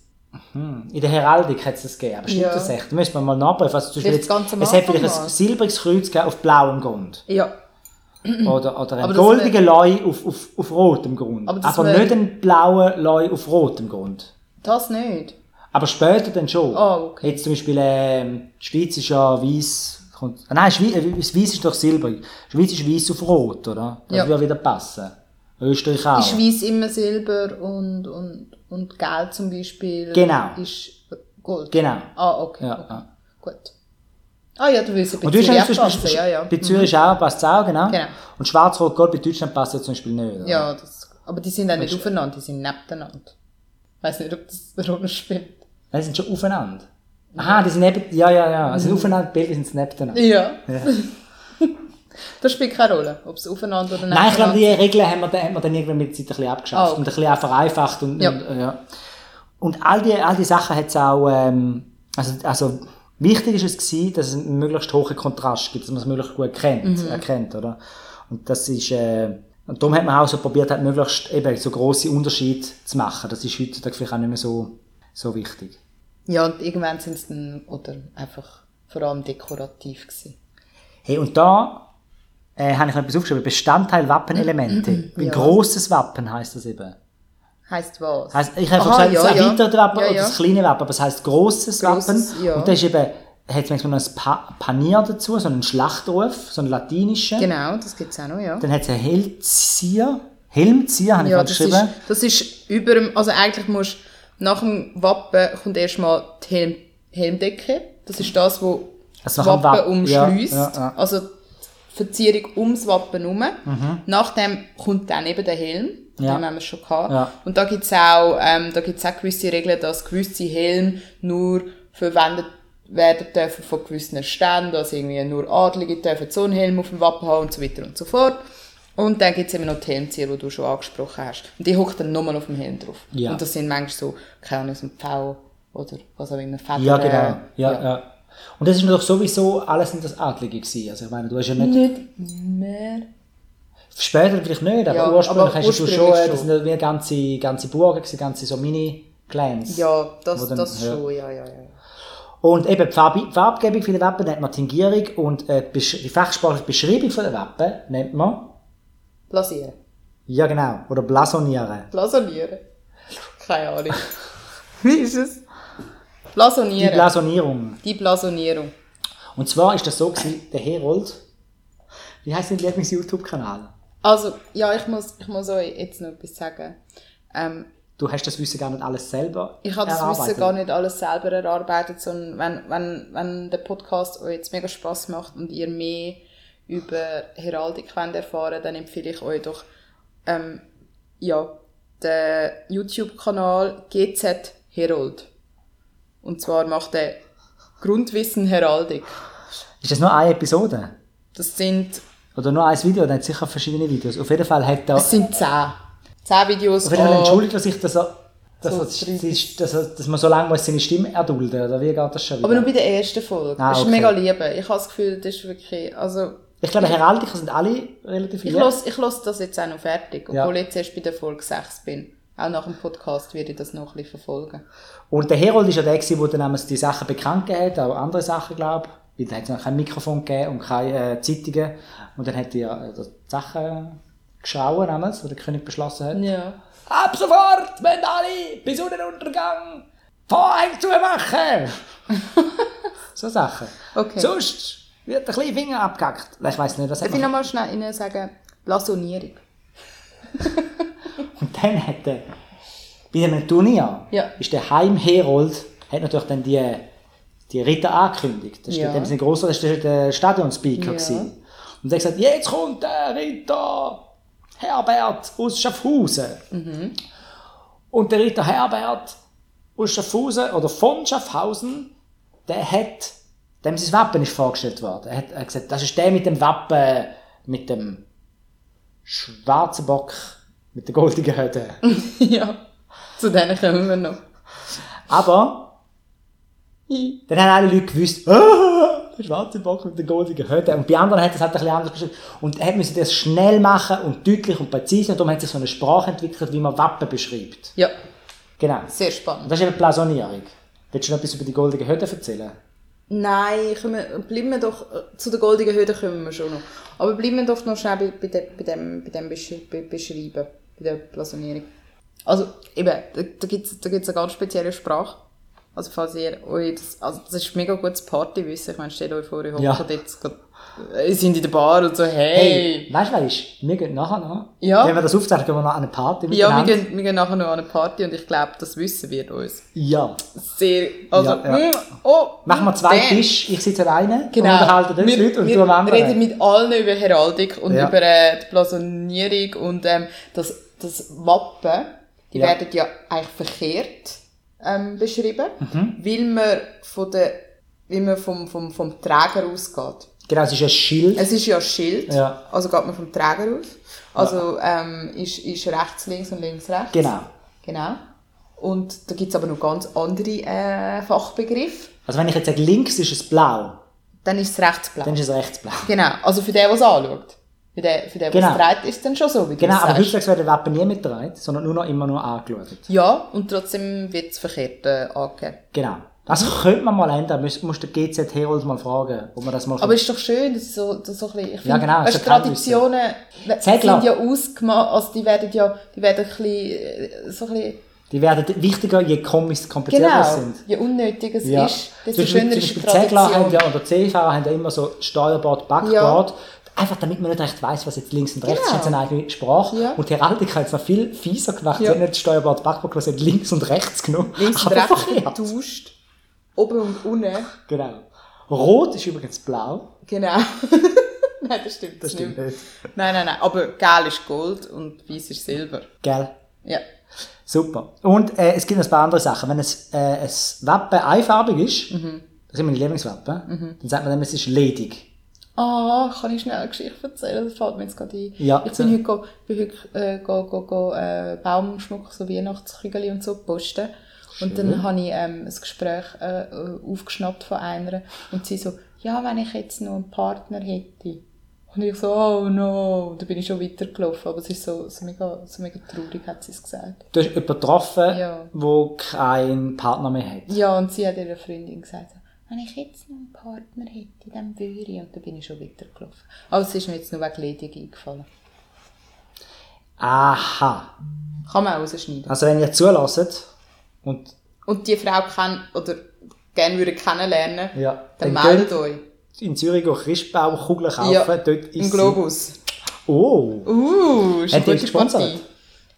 Speaker 2: In der Heraldik hat es das gegeben, aber stimmt
Speaker 3: Ja.
Speaker 2: das echt? Müssen wir mal nachprüfen. Also zum Beispiel
Speaker 3: Vielleicht ganz
Speaker 2: jetzt,
Speaker 3: am
Speaker 2: es hat
Speaker 3: Anfang
Speaker 2: vielleicht
Speaker 3: mal.
Speaker 2: ein silbriges Kreuz gegeben auf blauem Grund.
Speaker 3: Ja.
Speaker 2: Oder, oder
Speaker 3: Mhm. Aber
Speaker 2: ein
Speaker 3: das
Speaker 2: goldigen Leu auf, auf, auf rotem Grund.
Speaker 3: Aber
Speaker 2: Aber,
Speaker 3: das wär-
Speaker 2: nicht ein blauen Leu auf rotem Grund.
Speaker 3: Das nicht.
Speaker 2: Aber später dann schon.
Speaker 3: Ah, okay.
Speaker 2: Jetzt zum Beispiel, ähm, die Schweiz ist ja weiß. Kommt, ah, nein, Schweiz, äh, das Weiss ist doch silbrig. Die Schweiz ist weiß auf rot, oder? Das
Speaker 3: Ja.
Speaker 2: würde wieder passen. Österreich auch.
Speaker 3: Ist weiß immer Silber und, und, und Geld zum Beispiel.
Speaker 2: Genau.
Speaker 3: Ist Gold.
Speaker 2: Genau.
Speaker 3: Ah, okay.
Speaker 2: Ja,
Speaker 3: okay.
Speaker 2: ja.
Speaker 3: Gut. Ah ja, du willst ein
Speaker 2: Und Deutschland
Speaker 3: bisschen
Speaker 2: ist zum Beispiel,
Speaker 3: ja, ja. Mhm.
Speaker 2: bei Zürich auch, passt es auch, genau.
Speaker 3: Genau.
Speaker 2: Und schwarz-rot-gold bei Deutschland passt ja zum Beispiel nicht. oder?
Speaker 3: Ja, das, aber die sind auch nicht aufeinander, die sind nebeneinander. Ich weiß nicht, ob das eine Rolle spielt.
Speaker 2: Nein, die sind schon aufeinander. Aha, die sind neben, ja, ja, ja. Also aufeinander, die Bilder sind nebeneinander.
Speaker 3: Mhm. Ja.
Speaker 2: Ja.
Speaker 3: Das spielt keine Rolle, ob es aufeinander oder
Speaker 2: Nein, ich
Speaker 3: nebeneinander
Speaker 2: glaube, die Regeln haben wir, dann- haben wir dann irgendwann mit der Zeit ein bisschen abgeschafft
Speaker 3: Ah, genau. okay.
Speaker 2: und ein bisschen auch vereinfacht. Und,
Speaker 3: Ja.
Speaker 2: und, ja. und all die, all die Sachen hat es auch, ähm, also, also wichtig ist es gewesen, dass es einen möglichst hohen Kontrast gibt, dass man es möglichst gut erkennt,
Speaker 3: Mhm.
Speaker 2: erkennt oder? Und das ist, äh, und darum hat man auch so probiert, halt möglichst eben so grosse Unterschiede zu machen. Das ist heutzutage vielleicht auch nicht mehr so, so wichtig.
Speaker 3: Ja, und irgendwann sind es dann, oder einfach vor allem dekorativ gewesen.
Speaker 2: Hey, und da äh, habe ich noch etwas aufgeschrieben, Bestandteil Wappenelemente. Ein
Speaker 3: Mhm. Ja.
Speaker 2: grosses Wappen heisst das eben.
Speaker 3: Heisst was?
Speaker 2: Heisst, Also, ich habe schon
Speaker 3: Aha,
Speaker 2: gesagt, das erweiterte Wappen
Speaker 3: ja,
Speaker 2: oder
Speaker 3: ja.
Speaker 2: das kleine Wappen, aber es heisst grosses
Speaker 3: Grosses,
Speaker 2: Wappen.
Speaker 3: ja.
Speaker 2: Und da ist eben, hat es manchmal noch ein pa Panier dazu, so einen Schlachtruf, so einen latinischen.
Speaker 3: Genau, das gibt es auch noch, ja.
Speaker 2: Dann hat es einen Helmzier, Helmzier habe ich
Speaker 3: ja,
Speaker 2: mal
Speaker 3: das
Speaker 2: geschrieben.
Speaker 3: ist, das ist über dem, also eigentlich musst nach dem Wappen kommt erstmal die Helm, Helmdecke. Das ist das, wo
Speaker 2: Also
Speaker 3: das
Speaker 2: nach
Speaker 3: Wappen
Speaker 2: dem Wappen,
Speaker 3: umschliesst.
Speaker 2: ja, ja, ja.
Speaker 3: Also die Verzierung ums Wappen herum. Nachdem kommt dann eben der Helm.
Speaker 2: Mhm. Ja.
Speaker 3: Den haben wir schon gehabt.
Speaker 2: Ja.
Speaker 3: Und da gibt es auch, ähm, da gibt's auch gewisse Regeln, dass gewisse Helme nur verwendet werden dürfen von gewissen Ständen, dass irgendwie nur Adlige dürfen so einen Helm auf dem Wappen haben und so weiter und so fort. Und dann gibt es eben noch die Helmzieher, die du schon angesprochen hast. Und die hockt dann nochmal auf dem Helm drauf.
Speaker 2: Ja.
Speaker 3: Und das sind manchmal so, keine Ahnung, so ein Pfau oder was auch immer, Federn.
Speaker 2: ja, genau. Ja,
Speaker 3: Äh, ja.
Speaker 2: ja. Und das ist doch sowieso alles in das Adlige gewesen. Also ich meine, du hast ja nicht,
Speaker 3: Nicht mehr.
Speaker 2: später vielleicht nicht, aber
Speaker 3: Ja,
Speaker 2: ursprünglich
Speaker 3: aber
Speaker 2: hast du
Speaker 3: ursprünglich
Speaker 2: schon, äh,
Speaker 3: schon.
Speaker 2: das sind ja wie ganze, ganze Burgen gewesen, ganze so Mini-Clans.
Speaker 3: Ja,
Speaker 2: Wo
Speaker 3: das,
Speaker 2: dann-
Speaker 3: das
Speaker 2: ja.
Speaker 3: schon, ja, ja, ja.
Speaker 2: Und eben die Farbe, die Farbgebung von den Wappen nennt man Tingierung und äh, die, Besch- die fachsprachliche Beschreibung von der Wappen nennt man,
Speaker 3: Blasieren.
Speaker 2: ja genau, oder Blasonieren.
Speaker 3: Blasonieren. Keine Ahnung. Wie ist es? Blasonieren.
Speaker 2: Die Blasonierung.
Speaker 3: Die Blasonierung.
Speaker 2: Und zwar ist das so gewesen, der Herold, wie heisst dein Lieblings-YouTube-Kanal?
Speaker 3: Also, ja, ich muss, ich muss euch jetzt noch etwas sagen. Ähm,
Speaker 2: Du hast das Wissen gar nicht alles selber
Speaker 3: ich habe das
Speaker 2: erarbeitet.
Speaker 3: Wissen gar nicht alles selber erarbeitet, sondern wenn, wenn, wenn der Podcast euch jetzt mega Spass macht und ihr mehr über Heraldik wollt erfahren dann empfehle ich euch doch ähm, ja, den YouTube-Kanal GZ Herold. Und zwar macht er Grundwissen Heraldik.
Speaker 2: Ist das nur eine Episode?
Speaker 3: Das sind,
Speaker 2: Oder nur ein Video? Dann hat sicher verschiedene Videos. Auf jeden Fall hat da...
Speaker 3: das sind 10. 10 Videos.
Speaker 2: Auf jeden Fall
Speaker 3: an-
Speaker 2: entschuldigt er sich, dass er... Dass,
Speaker 3: So
Speaker 2: er,
Speaker 3: drei bis-
Speaker 2: dass, er, dass man so lange muss seine Stimme erdulden oder wie geht das schon wieder?
Speaker 3: aber nur bei der ersten Folge.
Speaker 2: Ah,
Speaker 3: das ist
Speaker 2: okay.
Speaker 3: mega lieb. Ich habe das Gefühl, das ist wirklich, also
Speaker 2: ich glaube, Heraldiker sind alle relativ
Speaker 3: Ich
Speaker 2: lieb.
Speaker 3: los, ich los das jetzt auch noch fertig, obwohl
Speaker 2: Ja.
Speaker 3: ich jetzt erst bei der Folge 6 bin. Auch nach dem Podcast werde ich das noch ein bisschen verfolgen.
Speaker 2: Und der Herold war ja der, gewesen, der dann damals die Sachen bekannt gegeben hat, auch andere Sachen, glaube ich. Weil dann hat es noch kein Mikrofon gegeben und keine äh, Zeitungen. Und dann hat er ja äh, die Sachen geschaut, damals, wo der König beschlossen hat.
Speaker 3: Ja.
Speaker 2: Ab sofort, wenn alle bis Sonnenuntergang Vorhänge zu machen! so Sachen.
Speaker 3: Okay.
Speaker 2: Sonst wird der kleine Finger abgehackt. Ich weiß nicht, was hat
Speaker 3: Darf ich
Speaker 2: man...
Speaker 3: nochmal schnell Ihnen sagen, Blasonierung.
Speaker 2: Und dann hat der, bei einem Turnier,
Speaker 3: Ja.
Speaker 2: ist der Heimherold, hat natürlich dann die, die Ritter angekündigt. Das
Speaker 3: Ja.
Speaker 2: war ja. ein grosser, das war der Stadionspeaker.
Speaker 3: Ja.
Speaker 2: gewesen. Und er hat gesagt, jetzt kommt der Ritter Herbert aus Schaffhausen. Und der Ritter Herbert aus Schaffhausen oder von Schaffhausen, der hat, dem sein Wappen ist vorgestellt worden. Er hat er hat gesagt, das ist der mit dem Wappen, mit dem schwarzen Bock, mit der goldigen Hütte.
Speaker 3: ja. Zu denen kommen wir noch.
Speaker 2: Aber
Speaker 3: Hm.
Speaker 2: dann haben alle Leute gewusst, «Ah, der schwarze Bock mit der goldigen Hütte. Und bei anderen hat es halt ein bisschen anders beschrieben. Und er musste das schnell machen und deutlich und präzise. Und darum hat sich so eine Sprache entwickelt, wie man Wappen beschreibt.
Speaker 3: Ja.
Speaker 2: Genau.
Speaker 3: Sehr spannend.
Speaker 2: Das ist eben die Blasonierung. Willst du noch etwas über die goldene Hütte erzählen?
Speaker 3: Nein, kommen, bleiben wir doch, äh, zu der goldenen Hürde kommen wir schon noch. Aber bleiben wir doch noch schnell bei, bei, de, bei dem, bei dem Besch bei, Beschreiben, bei der Blasonierung. Also eben, da, da gibt es da gibt's eine ganz spezielle Sprache. Also falls ihr euch, das, also das ist mega gutes Partywissen, ich meine, stellt euch vor, ihr hockt halt
Speaker 2: Ja.
Speaker 3: jetzt gerade, äh, sind in der Bar und so, hey.
Speaker 2: Hey, weißt du was ist? Wir gehen nachher noch.
Speaker 3: Äh. Ja.
Speaker 2: Wenn wir das aufzeichnen, gehen wir noch an eine Party
Speaker 3: ja, wir
Speaker 2: miteinander.
Speaker 3: gehen, wir gehen nachher noch an eine Party und ich glaube, das Wissen wird uns
Speaker 2: Ja.
Speaker 3: sehr, also,
Speaker 2: Ja, ja.
Speaker 3: mm, oh,
Speaker 2: Machen wir zwei
Speaker 3: damn.
Speaker 2: Tische, ich sitze alleine
Speaker 3: Genau.
Speaker 2: und unterhalte dort
Speaker 3: wir,
Speaker 2: Leute und du
Speaker 3: wir
Speaker 2: am anderen.
Speaker 3: reden mit allen über Heraldik und
Speaker 2: Ja.
Speaker 3: über äh, die Blasonierung und ähm, das, das Wappen. Die
Speaker 2: Ja.
Speaker 3: werden ja eigentlich verkehrt ähm, beschrieben,
Speaker 2: Mhm.
Speaker 3: weil man von der, weil man vom, vom, vom Träger ausgeht.
Speaker 2: Genau, es ist ein Schild.
Speaker 3: Es ist ja ein Schild,
Speaker 2: Ja.
Speaker 3: also geht man vom Träger aus. Also ähm, ist, ist rechts links und links rechts.
Speaker 2: Genau.
Speaker 3: Genau. Und da gibt es aber noch ganz andere äh, Fachbegriffe.
Speaker 2: Also wenn ich jetzt sage, links ist es blau,
Speaker 3: Dann ist es rechts blau.
Speaker 2: dann ist es rechts blau.
Speaker 3: Genau, also für den, der es anschaut. Für den, für den
Speaker 2: Genau.
Speaker 3: der es trägt, ist es dann schon so, wie du
Speaker 2: Genau,
Speaker 3: es
Speaker 2: aber
Speaker 3: sagst.
Speaker 2: heutzutage werden Wappen nie mitgetragen, sondern nur noch immer nur angeschaut.
Speaker 3: Ja, und trotzdem wird es verkehrt äh, angegeben.
Speaker 2: Genau. Das könnte man mal ändern, muss, muss der GZ Herold mal fragen, ob man das mal
Speaker 3: Aber es ist doch schön, dass so, dass so ein bisschen, ich
Speaker 2: Ja,
Speaker 3: finde,
Speaker 2: genau,
Speaker 3: weißt,
Speaker 2: so kann
Speaker 3: Traditionen we-
Speaker 2: Sehr
Speaker 3: sind
Speaker 2: klar.
Speaker 3: ja ausgemacht, also die werden ja, die werden ein bisschen, äh, so ein bisschen,
Speaker 2: Die werden wichtiger, je komisch komplizierter
Speaker 3: genau,
Speaker 2: es sind.
Speaker 3: je unnötiger es ist, desto
Speaker 2: Zum Beispiel-
Speaker 3: schöner
Speaker 2: zum
Speaker 3: ist die
Speaker 2: Beispiel die Segler haben
Speaker 3: Tradition.
Speaker 2: ja, oder die CV haben ja immer so Steuerbord, Backbord. Einfach damit man nicht recht weiss, was jetzt links und rechts ist.
Speaker 3: Genau.
Speaker 2: Das ist jetzt eine eigene Sprache.
Speaker 3: Ja.
Speaker 2: Und die Heraldik hat es noch viel fieser gemacht.
Speaker 3: Ja.
Speaker 2: Sie haben nicht Steuerbord, Backbord genommen, sie haben links und rechts genommen.
Speaker 3: Links und
Speaker 2: Aber
Speaker 3: rechts
Speaker 2: verkehrt.
Speaker 3: getauscht, oben und unten,
Speaker 2: Genau. Rot ist übrigens blau.
Speaker 3: genau. nein, das stimmt,
Speaker 2: Das stimmt nicht.
Speaker 3: Nein, nein, nein, aber gel ist Gold und weiß ist Silber.
Speaker 2: Gell?
Speaker 3: Ja.
Speaker 2: Super. Und äh, es gibt noch ein paar andere Sachen. Wenn es, äh, ein Wappen einfarbig ist,
Speaker 3: Mhm.
Speaker 2: das sind meine Lieblingswappen, dann sagt man dann, es ist ledig.
Speaker 3: Ah, kann ich schnell eine Geschichte erzählen? Das fällt mir jetzt gerade ein.
Speaker 2: Ja,
Speaker 3: ich
Speaker 2: erzähl.
Speaker 3: bin heute, go, bin heute äh, go, go, go, äh, Baumschmuck, so Weihnachtskügel und so posten. Und dann habe ich ähm, ein Gespräch äh, äh, aufgeschnappt von einer und sie so, ja, wenn ich jetzt noch einen Partner hätte. Und ich so, oh no, da bin ich schon weitergelaufen. Aber es ist so, so, mega, so mega traurig, hat sie es gesagt.
Speaker 2: Du hast jemanden getroffen,
Speaker 3: Ja.
Speaker 2: wo keinen Partner mehr hat.
Speaker 3: Ja, und sie hat ihrer Freundin gesagt, so, wenn ich jetzt noch einen Partner hätte, dann würde ich. Und dann bin ich schon weitergelaufen. Aber es ist mir jetzt nur wegen Ledig eingefallen.
Speaker 2: Aha.
Speaker 3: Kann man auch rausschneiden.
Speaker 2: Also wenn ihr zulässt und
Speaker 3: Und die Frau kennen oder gerne würde kennenlernen,
Speaker 2: Ja.
Speaker 3: dann
Speaker 2: Dann
Speaker 3: meldet
Speaker 2: geht-
Speaker 3: euch.
Speaker 2: in Zürich auch Christbaumkugeln kaufen,
Speaker 3: Ja,
Speaker 2: dort ist
Speaker 3: Im
Speaker 2: sie-
Speaker 3: Globus.
Speaker 2: Oh,
Speaker 3: Uh, ist eine
Speaker 2: Hat die
Speaker 3: gute
Speaker 2: euch gesponsert?
Speaker 3: Partie.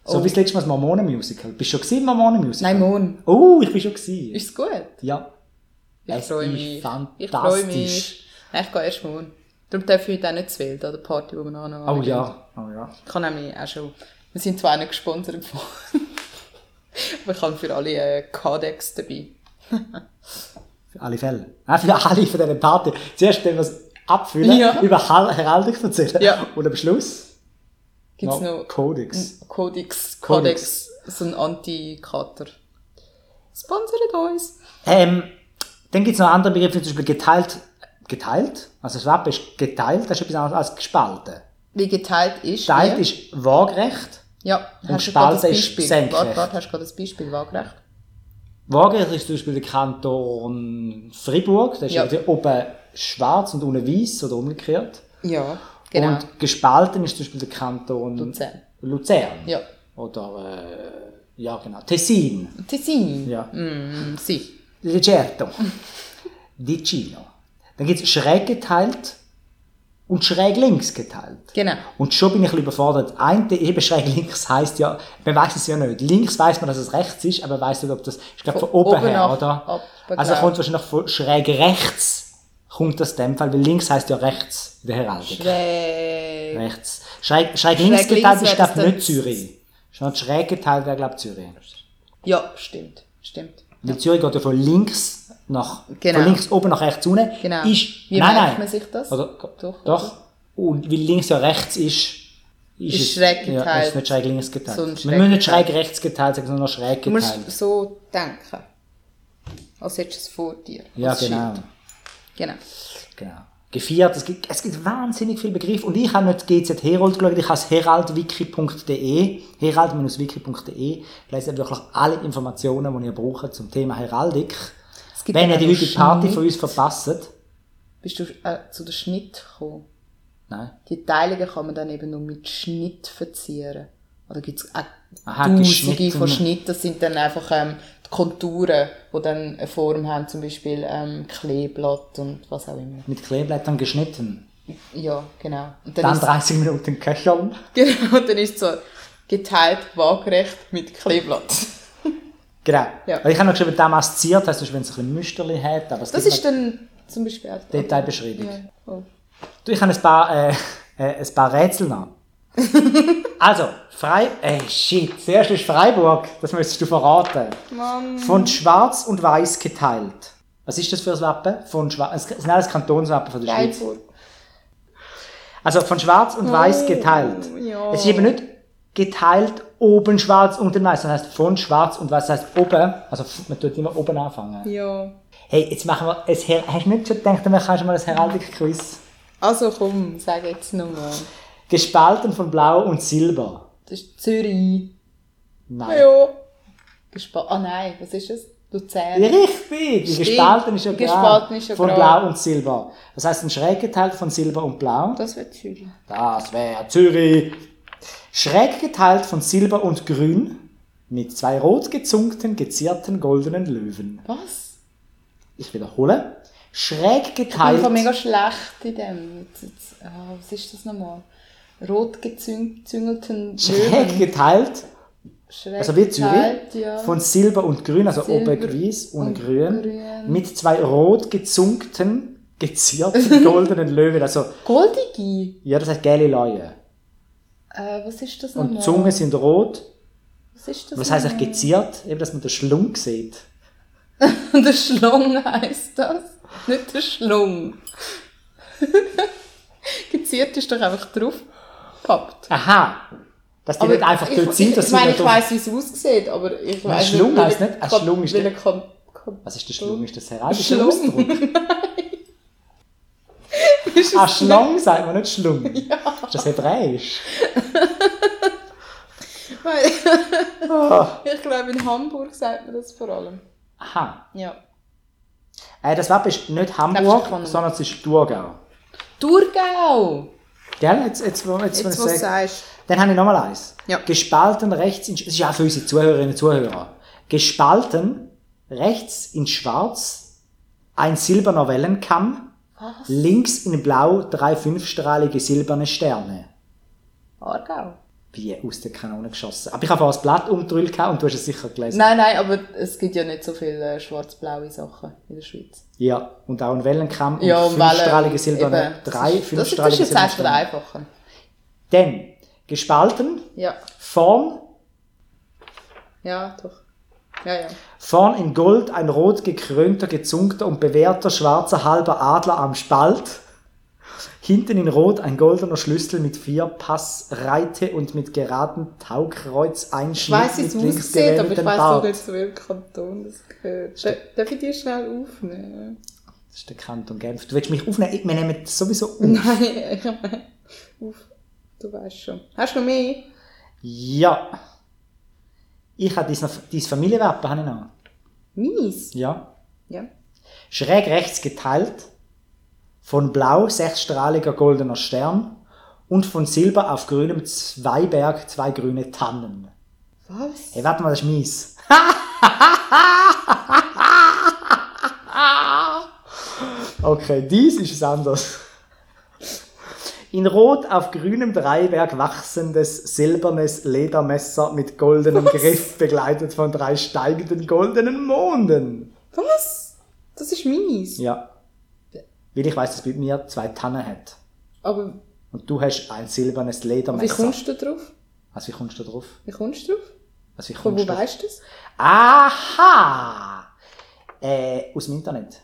Speaker 2: so
Speaker 3: Oh.
Speaker 2: wie das letzte Mal das Mormonen-Musical. Bist du schon gewesen, Mormonen-Musical?
Speaker 3: Nein, Mon.
Speaker 2: Oh, ich bin schon gewesen.
Speaker 3: Ist es gut?
Speaker 2: Ja.
Speaker 3: Ich
Speaker 2: Es
Speaker 3: freue
Speaker 2: ist
Speaker 3: mich. Ich freue mich.
Speaker 2: fantastisch.
Speaker 3: Nein, ich gehe erst morgen. Darum darf ich heute auch nicht zu wild an der Party, die wir noch haben.
Speaker 2: Oh ja. Oh ja.
Speaker 3: Ich kann nämlich auch schon. Wir sind zwar nicht gesponsert worden, aber ich habe für alle äh, Codex dabei.
Speaker 2: Für alle Fälle. Ah, für alle von dieser Party. Zuerst werden wir es abfüllen,
Speaker 3: Ja.
Speaker 2: über Hal- Heraldik erzählen.
Speaker 3: Ja.
Speaker 2: Und am Schluss
Speaker 3: Gibt es noch
Speaker 2: Codex. Codex.
Speaker 3: Codex, Codex, so ein Anti-Kater. Sponsert uns!
Speaker 2: Ähm, dann gibt es noch andere Begriffe, zum Beispiel geteilt. Geteilt? Also das Wappen ist geteilt, das ist etwas anderes als gespalten.
Speaker 3: Wie geteilt ist.
Speaker 2: Geteilt
Speaker 3: wie?
Speaker 2: ist waagrecht.
Speaker 3: Ja, hast du
Speaker 2: gespalten
Speaker 3: gerade ein
Speaker 2: ist
Speaker 3: Beispiel?
Speaker 2: senkrecht.
Speaker 3: Warte, warte, hast du gerade ein Beispiel waagrecht?
Speaker 2: Waagrecht ist zum Beispiel der Kanton Fribourg, da ist
Speaker 3: Ja.
Speaker 2: ja. oben schwarz und unten weiß oder umgekehrt.
Speaker 3: Ja, genau.
Speaker 2: Und gespalten ist zum Beispiel der Kanton
Speaker 3: Luzern.
Speaker 2: Luzern.
Speaker 3: Ja.
Speaker 2: Oder, äh, ja genau, Tessin,
Speaker 3: Tessin.
Speaker 2: Ja.
Speaker 3: Mm, si.
Speaker 2: Lecerto, Ticino. Dann gibt es schräg geteilt und schräg links geteilt.
Speaker 3: Genau.
Speaker 2: Und schon bin ich ein bisschen überfordert. Ein eben schräg links heisst ja, man weiß es ja nicht. Links weiß man, dass es rechts ist, aber man weiß nicht, ob das, ich glaube, von
Speaker 3: Von
Speaker 2: oben,
Speaker 3: oben
Speaker 2: her,
Speaker 3: nach
Speaker 2: oder?
Speaker 3: oben,
Speaker 2: also
Speaker 3: glaub.
Speaker 2: kommt wahrscheinlich von schräg rechts, kommt das in dem Fall, weil links heisst ja rechts in der Heraldik.
Speaker 3: Schräg.
Speaker 2: Rechts. Schräg, schräg, links
Speaker 3: links
Speaker 2: geteilt ist,
Speaker 3: wäre
Speaker 2: glaube
Speaker 3: das
Speaker 2: nicht
Speaker 3: dann-
Speaker 2: Zürich. Sondern schräg geteilt wäre, glaube ich, Zürich.
Speaker 3: Ja, stimmt. Stimmt.
Speaker 2: Weil Zürich geht ja von links nach,
Speaker 3: Genau.
Speaker 2: von links oben nach rechts unten.
Speaker 3: Genau.
Speaker 2: Ist,
Speaker 3: Wie
Speaker 2: nein,
Speaker 3: merkt
Speaker 2: nein.
Speaker 3: man sich das?
Speaker 2: Oder,
Speaker 3: Doch,
Speaker 2: doch. doch. Und weil links ja rechts ist,
Speaker 3: Ist
Speaker 2: es-
Speaker 3: schräg
Speaker 2: Ja,
Speaker 3: geteilt.
Speaker 2: ist nicht schräg links geteilt.
Speaker 3: So ein
Speaker 2: wir
Speaker 3: schräg
Speaker 2: müssen nicht schräg rechts geteilt sagen, sondern schräg
Speaker 3: Du
Speaker 2: geteilt.
Speaker 3: musst so denken. Als hättest du es vor dir.
Speaker 2: ja,
Speaker 3: als
Speaker 2: genau.
Speaker 3: Schild. Genau.
Speaker 2: genau. gefeiert. Es gibt, es gibt wahnsinnig viele Begriffe. Und ich habe nicht GZ Herald geschaut, ich habe heraldwiki.de, herald-wiki.de. Ich lese wirklich alle Informationen, die ihr braucht zum Thema Heraldik.
Speaker 3: Es gibt
Speaker 2: Wenn ihr
Speaker 3: dann
Speaker 2: die
Speaker 3: auch
Speaker 2: heutige Party
Speaker 3: Schnitt.
Speaker 2: von uns verpasst,
Speaker 3: Bist du äh, zu den Schnitt gekommen?
Speaker 2: nein.
Speaker 3: Die Teilungen kann man dann eben nur mit Schnitt verzieren. Oder gibt es auch
Speaker 2: Aha,
Speaker 3: tausende
Speaker 2: geschnitten.
Speaker 3: von Schnitten, das sind dann einfach ähm, die Konturen, die dann eine Form haben, zum Beispiel ähm, Kleeblatt und was auch immer.
Speaker 2: Mit Kleeblättern geschnitten.
Speaker 3: Ja, genau. Und dann,
Speaker 2: Dann
Speaker 3: ist,
Speaker 2: 30 Minuten köcheln.
Speaker 3: genau, und dann ist es so geteilt waagerecht mit Kleeblatt.
Speaker 2: Genau.
Speaker 3: Ja.
Speaker 2: Ich habe noch geschrieben, damaskiert, heisst, das ist, wenn es ein bisschen Müsterli hat. Aber es
Speaker 3: Das
Speaker 2: gibt
Speaker 3: ist dann zum Beispiel auch
Speaker 2: eine Detailbeschreibung.
Speaker 3: Ja, oh.
Speaker 2: Du, ich habe ein paar, äh, äh, ein paar Rätsel noch. also, Frei... Ey, shit. Zuerst ist Freiburg. Das müsstest du verraten.
Speaker 3: Mhm.
Speaker 2: Von Schwarz und Weiß geteilt. Was ist das für ein Wappen? Von Schwarz... Es sind alles Kantonswappen von der Schweiz.
Speaker 3: Freiburg.
Speaker 2: Also von Schwarz und Weiß geteilt.
Speaker 3: Oh, ja.
Speaker 2: Es ist eben nicht geteilt oben schwarz, unten weiß. Das heißt von schwarz und weiß heißt oben. Also f- man tut immer oben anfangen.
Speaker 3: Ja.
Speaker 2: Hey, jetzt machen wir ein Her Hast du nicht schon gedacht, man kann schon mal ein Heraldik-Quiz?
Speaker 3: Also komm, sag jetzt nochmal.
Speaker 2: Gespalten von Blau und Silber.
Speaker 3: Das ist Zürich.
Speaker 2: Nein.
Speaker 3: Ah, Ja. Gespa ah nein, was ist es? Luzern.
Speaker 2: Richtig! Die
Speaker 3: Stimmt.
Speaker 2: Gespalten ist ja
Speaker 3: Die
Speaker 2: grau.
Speaker 3: Gespalten ist ja
Speaker 2: Von
Speaker 3: grau.
Speaker 2: Blau und Silber. Das heißt ein schräg geteilt von Silber und Blau.
Speaker 3: Das wird Zürich.
Speaker 2: Das wäre Zürich. Schräg geteilt von Silber und Grün. Mit zwei rot gezunkten, gezierten goldenen Löwen.
Speaker 3: Was?
Speaker 2: Ich wiederhole. Schräg
Speaker 3: Ich
Speaker 2: geteilt.
Speaker 3: bin mega schlecht in dem. Jetzt, jetzt, ah, was ist das nochmal? Rot gezüngelten
Speaker 2: schräg
Speaker 3: Löwen.
Speaker 2: geteilt.
Speaker 3: Schräg
Speaker 2: Also wie Zürich.
Speaker 3: geteilt, ja.
Speaker 2: Von Silber und Grün, also
Speaker 3: Silber
Speaker 2: oben weiß und
Speaker 3: und
Speaker 2: grün,
Speaker 3: grün.
Speaker 2: Mit zwei rot gezunkten, gezierten goldenen Löwen. Also,
Speaker 3: Goldige.
Speaker 2: ja, das heißt gelbe Leue.
Speaker 3: Äh, was ist das
Speaker 2: Und
Speaker 3: nochmal?
Speaker 2: die Zungen sind rot.
Speaker 3: Was ist das
Speaker 2: Was heisst eigentlich
Speaker 3: nochmal?
Speaker 2: geziert? Eben, dass man den Schlung sieht.
Speaker 3: Der Schlung heisst das. Nicht der Schlung. Geziert ist doch einfach drauf. Pappt.
Speaker 2: Aha! Dass die nicht einfach dort sind, dass sie
Speaker 3: ich, ich meine,
Speaker 2: nicht
Speaker 3: ich
Speaker 2: drauf-
Speaker 3: weiss, wie es aussieht, aber ich
Speaker 2: Ein
Speaker 3: weiss
Speaker 2: Schlung
Speaker 3: welcher
Speaker 2: heisst nicht- ein
Speaker 3: Kon-
Speaker 2: Schlung ist Also,
Speaker 3: welcher
Speaker 2: nicht-
Speaker 3: Kon Kon
Speaker 2: Was ist der Schlung? Ist das heraldisch?
Speaker 3: Schlung.
Speaker 2: Ausdruck?
Speaker 3: Ist
Speaker 2: Ah,
Speaker 3: es
Speaker 2: Schlong sagt man nicht Schlung. Ist das hebräisch?
Speaker 3: nicht? Weil- Oh.
Speaker 2: Ah.
Speaker 3: ich glaube, in Hamburg sagt man das vor allem.
Speaker 2: Aha.
Speaker 3: Ja.
Speaker 2: Äh, das Wappen ist nicht
Speaker 3: Glaub,
Speaker 2: Hamburg,
Speaker 3: ich kann-
Speaker 2: sondern es ist Thurgau.
Speaker 3: Thurgau!
Speaker 2: Gell? Jetzt, jetzt, wo- jetzt,
Speaker 3: Jetzt,
Speaker 2: jetzt
Speaker 3: wo du
Speaker 2: ich sage.
Speaker 3: sagst.
Speaker 2: Dann habe ich nochmal eins.
Speaker 3: Ja.
Speaker 2: Gespalten rechts in Sch- Das ist ja auch für unsere Zuhörerinnen und Zuhörer. Gespalten rechts in Schwarz ein silberner Wellenkamm.
Speaker 3: Was?
Speaker 2: Links in Blau drei fünfstrahlige silberne Sterne.
Speaker 3: Aargau?
Speaker 2: Wie aus der Kanone geschossen. Aber ich habe vorher das Blatt umgedrückt gehabt und du hast es sicher gelesen.
Speaker 3: Nein, nein, aber es gibt ja nicht so viele äh, schwarz-blaue Sachen in der Schweiz.
Speaker 2: Ja, und auch ein Wellenkamm und
Speaker 3: Ja, weil, äh,
Speaker 2: fünfstrahlige silberne.
Speaker 3: eben,
Speaker 2: Drei
Speaker 3: das ist- Das ist
Speaker 2: fünfstrahlige
Speaker 3: jetzt
Speaker 2: silberne
Speaker 3: eins der
Speaker 2: Sterne.
Speaker 3: einfachen.
Speaker 2: Dann gespalten,
Speaker 3: Ja,
Speaker 2: vorn
Speaker 3: ja, doch. Ja, ja.
Speaker 2: Vorn in Gold ein rot gekrönter, gezungter und bewährter schwarzer halber Adler am Spalt. Hinten in Rot ein goldener Schlüssel mit vier Passreite und mit geraden Taukreuz
Speaker 3: Ich weiss, wie
Speaker 2: einschnitt
Speaker 3: es
Speaker 2: mit links
Speaker 3: aussieht, aber ich
Speaker 2: gewähltem
Speaker 3: weiss auch nicht,
Speaker 2: Bart.
Speaker 3: zu welchem Kanton das gehört. Da- Darf ich die schnell aufnehmen?
Speaker 2: Das ist der Kanton Genf. Du willst mich aufnehmen? Ich- Wir nehmen das sowieso auf.
Speaker 3: Nein, ich meine, auf. Du weißt schon. Hast du noch mehr?
Speaker 2: Ja. Ich habe dein, dein Familienwappen, habe ich noch.
Speaker 3: Mies.
Speaker 2: Ja.
Speaker 3: Ja.
Speaker 2: schräg rechts geteilt, von blau sechsstrahliger goldener Stern und von silber auf grünem Zweiberg zwei grüne Tannen.
Speaker 3: Was?
Speaker 2: Hey, warte mal, das ist mies. Okay, dies ist anders. In Rot auf grünem Dreiberg wachsendes silbernes Ledermesser mit goldenem Griff, begleitet von drei steigenden goldenen Monden.
Speaker 3: Was? Das ist mies.
Speaker 2: Ja. Weil ich weiß, dass bei mir zwei Tannen hat.
Speaker 3: Aber
Speaker 2: Und du hast ein silbernes
Speaker 3: wie
Speaker 2: Ledermesser.
Speaker 3: kommst du drauf?
Speaker 2: also wie kommst du drauf?
Speaker 3: Wie kommst du drauf?
Speaker 2: Also wie
Speaker 3: Von
Speaker 2: kommst
Speaker 3: wo
Speaker 2: du
Speaker 3: weißt du das?
Speaker 2: Aha! Äh, aus dem Internet.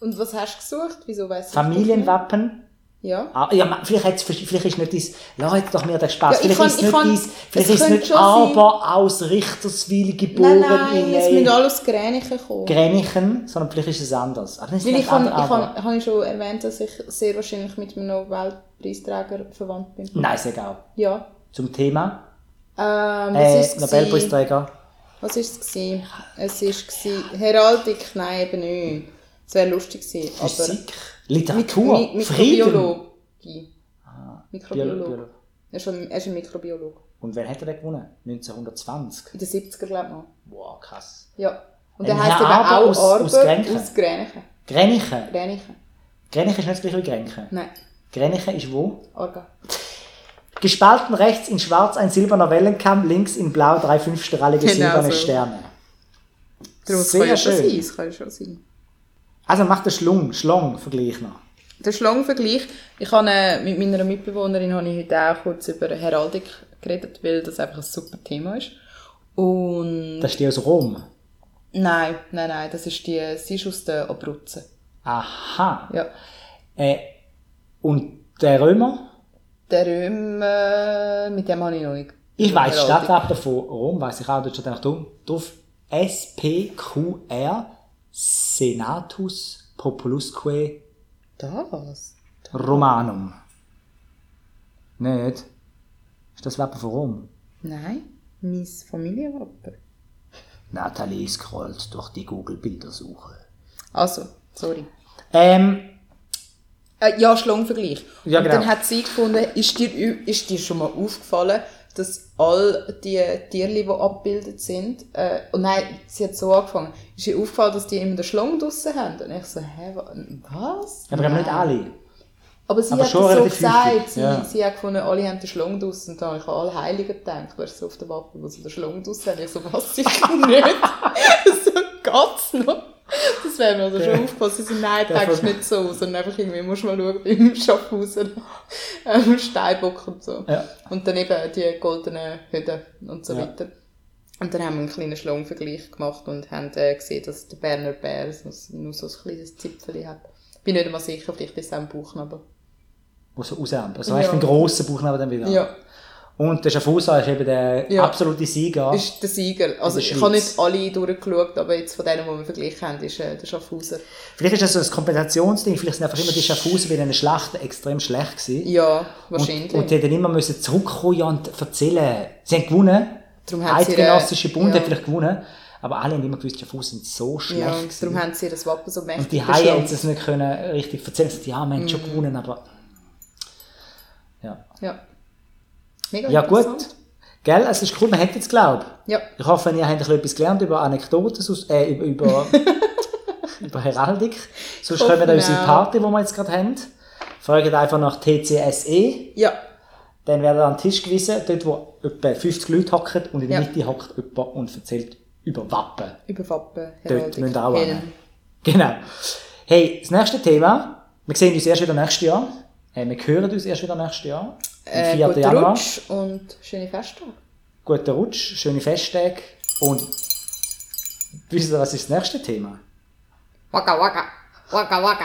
Speaker 3: Und was hast du gesucht? Wieso weißt du das?
Speaker 2: Familienwappen
Speaker 3: Ja.
Speaker 2: Ah, ja, ma- vielleicht, hat's, vielleicht ist nicht dein, lass jetzt doch mir den Spass,
Speaker 3: Ja, ich
Speaker 2: vielleicht
Speaker 3: kann-
Speaker 2: ist es
Speaker 3: ich
Speaker 2: nicht
Speaker 3: kann-
Speaker 2: dein,
Speaker 3: es
Speaker 2: vielleicht ist es
Speaker 3: könnte
Speaker 2: nicht
Speaker 3: schon sein.
Speaker 2: aber aus Richterswil geboren
Speaker 3: Nein, nein,
Speaker 2: in
Speaker 3: es müssen
Speaker 2: Leib-
Speaker 3: alle aus Gränichen kommen.
Speaker 2: Grenichen, sondern vielleicht ist es anders. Aber dann ist es
Speaker 3: Weil ich
Speaker 2: nicht
Speaker 3: habe ich
Speaker 2: Genau, aber-
Speaker 3: hab, hab ich schon erwähnt, dass ich sehr wahrscheinlich mit einem Nobelpreisträger verwandt bin.
Speaker 2: Nein, ist egal.
Speaker 3: Ja.
Speaker 2: Zum Thema,
Speaker 3: Ähm,
Speaker 2: äh,
Speaker 3: es ist gewesen-
Speaker 2: Nobelpreisträger.
Speaker 3: Was war es? Gewesen? Es war Heraldik, nein, eben nicht. Es wäre lustig gewesen.
Speaker 2: Physik,
Speaker 3: Aber Mik
Speaker 2: Literatur,
Speaker 3: Mi
Speaker 2: Frieden.
Speaker 3: Mikrobiologie. Mikrobiologe.
Speaker 2: Biolo-
Speaker 3: Er ist, ein, er ist ein Mikrobiologe.
Speaker 2: Und wer hat er denn gewonnen? 1920.
Speaker 3: In den 70er, glaube ich noch.
Speaker 2: Wow, krass.
Speaker 3: Ja. Und
Speaker 2: Ein
Speaker 3: der heisst eben
Speaker 2: Herr
Speaker 3: auch
Speaker 2: Arber Äh, aus-
Speaker 3: Arber
Speaker 2: aus Grenchen.
Speaker 3: aus Gränichen.
Speaker 2: Grenichen.
Speaker 3: Gränichen.
Speaker 2: Grenichen ist nicht das gleiche wie Grenchen.
Speaker 3: Nein,
Speaker 2: Grenichen ist wo?
Speaker 3: Arga.
Speaker 2: Gespalten rechts in schwarz ein silberner Wellenkamm, links in blau drei fünfstrahlige
Speaker 3: Genau
Speaker 2: silberne
Speaker 3: so.
Speaker 2: Sterne.
Speaker 3: Darum,
Speaker 2: Sehr
Speaker 3: kann ja
Speaker 2: schön.
Speaker 3: schon sein. Das kann ja schon sein.
Speaker 2: Also macht den Schlung, Schlong-Vergleich noch.
Speaker 3: Der Schlangenvergleich. Ich habe äh, mit meiner Mitbewohnerin habe ich heute auch kurz über Heraldik geredet, weil das einfach ein super Thema ist. Und
Speaker 2: Das ist die aus Rom.
Speaker 3: nein, nein, nein, das ist die, sie ist aus der Abruzzen.
Speaker 2: Aha.
Speaker 3: Ja.
Speaker 2: Äh, und der Römer?
Speaker 3: Der Römer, mit dem habe ich noch nicht.
Speaker 2: Ich weiß
Speaker 3: Heraldik.
Speaker 2: Stadtwappen von Rom, weiß ich auch, dort steht einfach drum- drauf SPQR Senatus Populusque
Speaker 3: Das?
Speaker 2: Romanum. Nicht? Ist das Wappen von Rom?
Speaker 3: Nein, mein Familienwappen.
Speaker 2: Nathalie scrollt durch die Google-Bildersuche.
Speaker 3: Also, sorry.
Speaker 2: Ähm,
Speaker 3: Äh, ja, Schlangenvergleich.
Speaker 2: Ja,
Speaker 3: und
Speaker 2: genau.
Speaker 3: dann hat sie gefunden, ist dir, ü- ist dir schon mal aufgefallen, dass all die Tierli, die abgebildet sind, äh, und nein, sie hat so angefangen, ist ihr aufgefallen, dass die immer den Schlangen draussen haben? Und ich so, hä, wa- was?
Speaker 2: aber
Speaker 3: Nein.
Speaker 2: nicht alle.
Speaker 3: Aber sie
Speaker 2: Aber
Speaker 3: hat
Speaker 2: schon
Speaker 3: das so
Speaker 2: relativ
Speaker 3: gesagt,
Speaker 2: häufig,
Speaker 3: sie,
Speaker 2: ja.
Speaker 3: sie hat gefunden, alle haben den Schlangen draussen, und dann habe ich an alle Heiligen gedacht, wer so auf der Wappen, wo sie den Schlangen draussen haben. Ich so, was, sicher nicht. so, geht's noch? Das wäre mir also schon aufgefallen. Sie sind, nein,
Speaker 2: der
Speaker 3: denkst
Speaker 2: Ver-
Speaker 3: nicht so, sondern einfach irgendwie, musst du mal schauen, beim Schaffhausen, ähm, Steinbock und so.
Speaker 2: Ja.
Speaker 3: Und dann eben die goldenen Hüden und so
Speaker 2: Ja.
Speaker 3: weiter. Und dann haben wir einen kleinen Schlangenvergleich gemacht und haben äh, gesehen, dass der Berner Bär so- nur so ein kleines Zipfeli hat. Bin nicht mal sicher, vielleicht ist es auch ein Bauchnabel.
Speaker 2: Wo so raushaben. Also ja.
Speaker 3: Ja.
Speaker 2: einen grossen Bauchnabel dann wieder.
Speaker 3: Ja.
Speaker 2: Und der Schaffhauser ist eben der
Speaker 3: Ja.
Speaker 2: absolute Sieger.
Speaker 3: Ist der Sieger. Also
Speaker 2: Ah. In der
Speaker 3: ich
Speaker 2: Schweiz.
Speaker 3: habe nicht alle durchgeschaut, aber jetzt von denen, die wir verglichen haben, ist äh, der Schaffhauser.
Speaker 2: Vielleicht ist das so ein Kompensationsding. Vielleicht sind einfach immer die Schaffhauser bei diesen Schlachten extrem schlecht gewesen.
Speaker 3: Ja,
Speaker 2: Und,
Speaker 3: wahrscheinlich.
Speaker 2: und die haben dann immer müssen zurückkommen ja, und erzählen. Sie haben gewonnen.
Speaker 3: Darum
Speaker 2: Der
Speaker 3: haben sie
Speaker 2: Eidgenössische
Speaker 3: ihre-
Speaker 2: Bund
Speaker 3: ja.
Speaker 2: hat vielleicht gewonnen. Aber alle haben immer gewusst, die Schaffhauser sind so schlecht.
Speaker 3: ja,
Speaker 2: gewesen.
Speaker 3: darum haben sie das Wappen so mächtig
Speaker 2: und die Haie haben
Speaker 3: beschlagen.
Speaker 2: es nicht können richtig erzählen. Sie haben gesagt, ja, wir haben
Speaker 3: Mm.
Speaker 2: schon gewonnen, aber... Ja,
Speaker 3: Ja. Mega
Speaker 2: ja gut.
Speaker 3: interessant.
Speaker 2: Gell, es ist cool, man hat jetzt Glauben.
Speaker 3: Ja.
Speaker 2: Ich hoffe, ihr habt ein bisschen etwas gelernt über Anekdoten, sonst, äh, über, über, über Heraldik. Sonst
Speaker 3: hoffe
Speaker 2: kommen wir an unsere
Speaker 3: auch.
Speaker 2: Party, die wir jetzt gerade haben. Fragt einfach nach TCSE,
Speaker 3: Ja.
Speaker 2: E. dann werdet ihr an den Tisch gewiesen, dort wo etwa 50 Leute hocken und in der
Speaker 3: Ja.
Speaker 2: Mitte hockt jemand und erzählt über Wappen.
Speaker 3: Über Wappen,
Speaker 2: Dort
Speaker 3: Heraldik,
Speaker 2: müsst ihr auch
Speaker 3: Helm.
Speaker 2: hin. Genau. Hey, das nächste Thema, wir sehen uns erst wieder nächstes Jahr. Äh, wir hören uns erst wieder nächstes Jahr. Am
Speaker 3: Äh,
Speaker 2: 4.
Speaker 3: guten
Speaker 2: Januar.
Speaker 3: Rutsch und schöne Festtage.
Speaker 2: Guten Rutsch, schöne Festtage und wisst ihr, was ist das nächste Thema?
Speaker 3: Waka waka. Waka waka.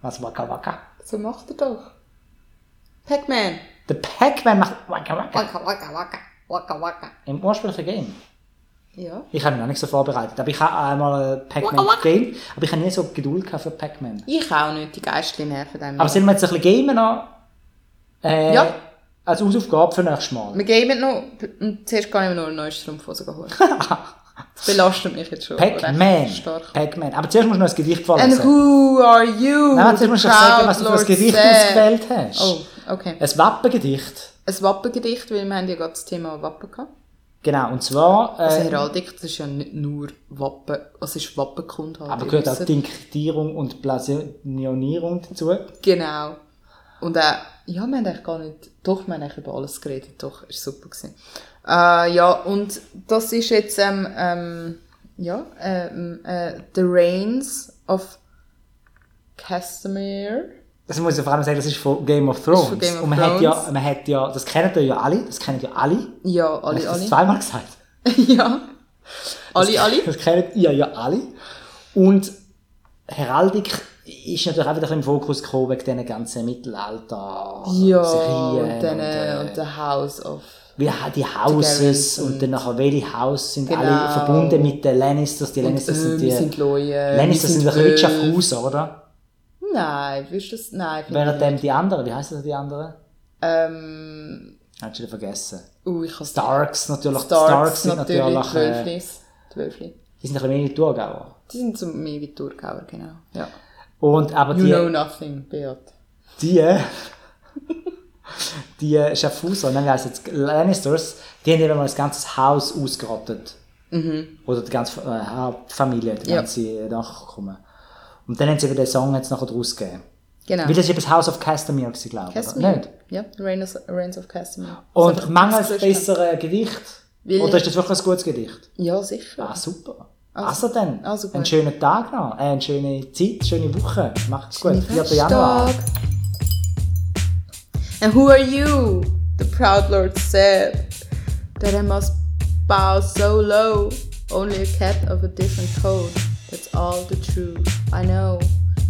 Speaker 2: Was Waka Waka?
Speaker 3: So macht er doch. Pac-Man.
Speaker 2: Der Pac-Man macht Waka Waka.
Speaker 3: Waka waka waka. Waka waka.
Speaker 2: Im ursprünglichen Game.
Speaker 3: Ja.
Speaker 2: Ich habe mich noch nicht so vorbereitet, aber ich habe einmal äh, Pac-Man
Speaker 3: Waka Waka.
Speaker 2: gespielt, aber ich habe nie so Geduld gehabt für Pac-Man.
Speaker 3: Ich auch nicht, die Geistchen nerven einem.
Speaker 2: Aber sind wir jetzt ein bisschen Gamen an? Äh,
Speaker 3: Ja.
Speaker 2: Als Hausaufgabe für nächstes Mal.
Speaker 3: Wir gamen noch, und zuerst gehe ich mir noch einen neuen Strumpfhose holen. Das belastet mich jetzt schon.
Speaker 2: Pac-Man.
Speaker 3: recht Stark.
Speaker 2: Pac-Man. Aber zuerst musst du noch das Gewicht
Speaker 3: And
Speaker 2: vorlesen.
Speaker 3: who are you?
Speaker 2: Nein, zuerst musst du
Speaker 3: proud
Speaker 2: sagen, was du für das
Speaker 3: Lord
Speaker 2: Gewicht
Speaker 3: Seth?
Speaker 2: ausgewählt hast.
Speaker 3: Oh, okay.
Speaker 2: Ein Wappengedicht.
Speaker 3: Ein Wappengedicht, weil wir haben ja gerade das Thema Wappen gehabt.
Speaker 2: Genau, und zwar...
Speaker 3: Also
Speaker 2: Äh,
Speaker 3: Heraldik, das ist ja nicht nur Wappen, also es ist Wappenkund halt.
Speaker 2: aber
Speaker 3: ihr
Speaker 2: gehört auch
Speaker 3: wisst.
Speaker 2: Tinktierung und Blasonierung dazu.
Speaker 3: Genau. Und äh, ja, wir haben eigentlich gar nicht, doch, wir haben eigentlich über alles geredet, doch, ist super gewesen. Äh, ja, und das ist jetzt, ähm, ähm, ja, ähm, äh, The Reigns of Casimir.
Speaker 2: Das muss ich vor allem sagen, das ist von Game of Thrones.
Speaker 3: von Game of
Speaker 2: und man hat
Speaker 3: Thrones.
Speaker 2: ja, man hat ja, das kennt ihr ja alle, das kennen ja alle.
Speaker 3: Ja,
Speaker 2: Alle,
Speaker 3: alle,
Speaker 2: ich habe das
Speaker 3: alle.
Speaker 2: zweimal gesagt.
Speaker 3: ja. Alle, alle.
Speaker 2: Das kennt ihr ja alle. Und Heraldik ist natürlich auch wieder ein bisschen im Fokus gekommen wegen diesen ganzen Mittelalter,
Speaker 3: Ja,
Speaker 2: Serien
Speaker 3: und dann äh, und
Speaker 2: äh,
Speaker 3: der House of...
Speaker 2: wie ha- die Houses
Speaker 3: Targaryens
Speaker 2: und,
Speaker 3: und-
Speaker 2: dann nachher welche House sind alle
Speaker 3: Genau.
Speaker 2: verbunden mit den Lannisters, die
Speaker 3: Und,
Speaker 2: Lannisters
Speaker 3: äh,
Speaker 2: sind die,
Speaker 3: wir sind Leute,
Speaker 2: Lannisters sind, ein bisschen
Speaker 3: Wölfe.
Speaker 2: Schaffhauser, oder?
Speaker 3: Nein, wirst du das? Nein, finde ich
Speaker 2: Währenddem die anderen, wie heißen die anderen?
Speaker 3: nicht. Ähm,
Speaker 2: Hast du wieder vergessen.
Speaker 3: uh, ich kann
Speaker 2: Starks natürlich, die
Speaker 3: Starks,
Speaker 2: Starks sind
Speaker 3: natürlich,
Speaker 2: natürlich,
Speaker 3: die
Speaker 2: äh,
Speaker 3: Wölflis. Die Wölfli.
Speaker 2: die sind ein bisschen wenig Thurgauer.
Speaker 3: Die sind so mehr wie die Thurgauer, genau. Ja.
Speaker 2: Und aber
Speaker 3: You
Speaker 2: die,
Speaker 3: know nothing, Beat.
Speaker 2: die, die Schaffhauser, nein, wie heisst jetzt Lannisters, die haben eben mal das ganze Haus ausgerottet. Oder die ganze äh, Hauptfamilie, die
Speaker 3: Mhm. Ja.
Speaker 2: ganze Nachkommen. Und dann haben sie eben den Song jetzt nachher draus gegeben.
Speaker 3: Genau.
Speaker 2: Weil das ist eben das House of Castamere, gewesen, glaube ich. oder?
Speaker 3: Casimir.
Speaker 2: Nicht?
Speaker 3: Ja, Reigns of- Reigns of Casimir.
Speaker 2: Und mangels besseren äh, Gedicht,
Speaker 3: Weil-
Speaker 2: oder ist das wirklich ein gutes Gedicht?
Speaker 3: Ja, sicher.
Speaker 2: Ah, super. Also, dann,
Speaker 3: also gut.
Speaker 2: einen schönen Tag noch, äh, eine schöne Zeit, schöne Woche. Macht's gut, 4. Januar.
Speaker 3: Stock. And who are you? The proud lord said that I must bow so low. Only a cat of a different coat. That's all the truth I know.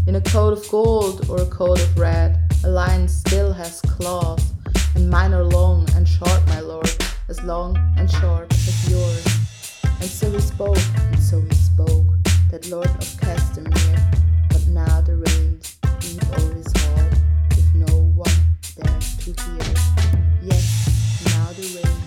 Speaker 3: In a coat of gold or a coat of red, a lion still has claws. And mine are long and short, my lord, as long and short as yours. And so he spoke, and so he spoke, that lord of Castamere. But now the rains beat o'er his hall, with no one there to hear. Yes, now the rains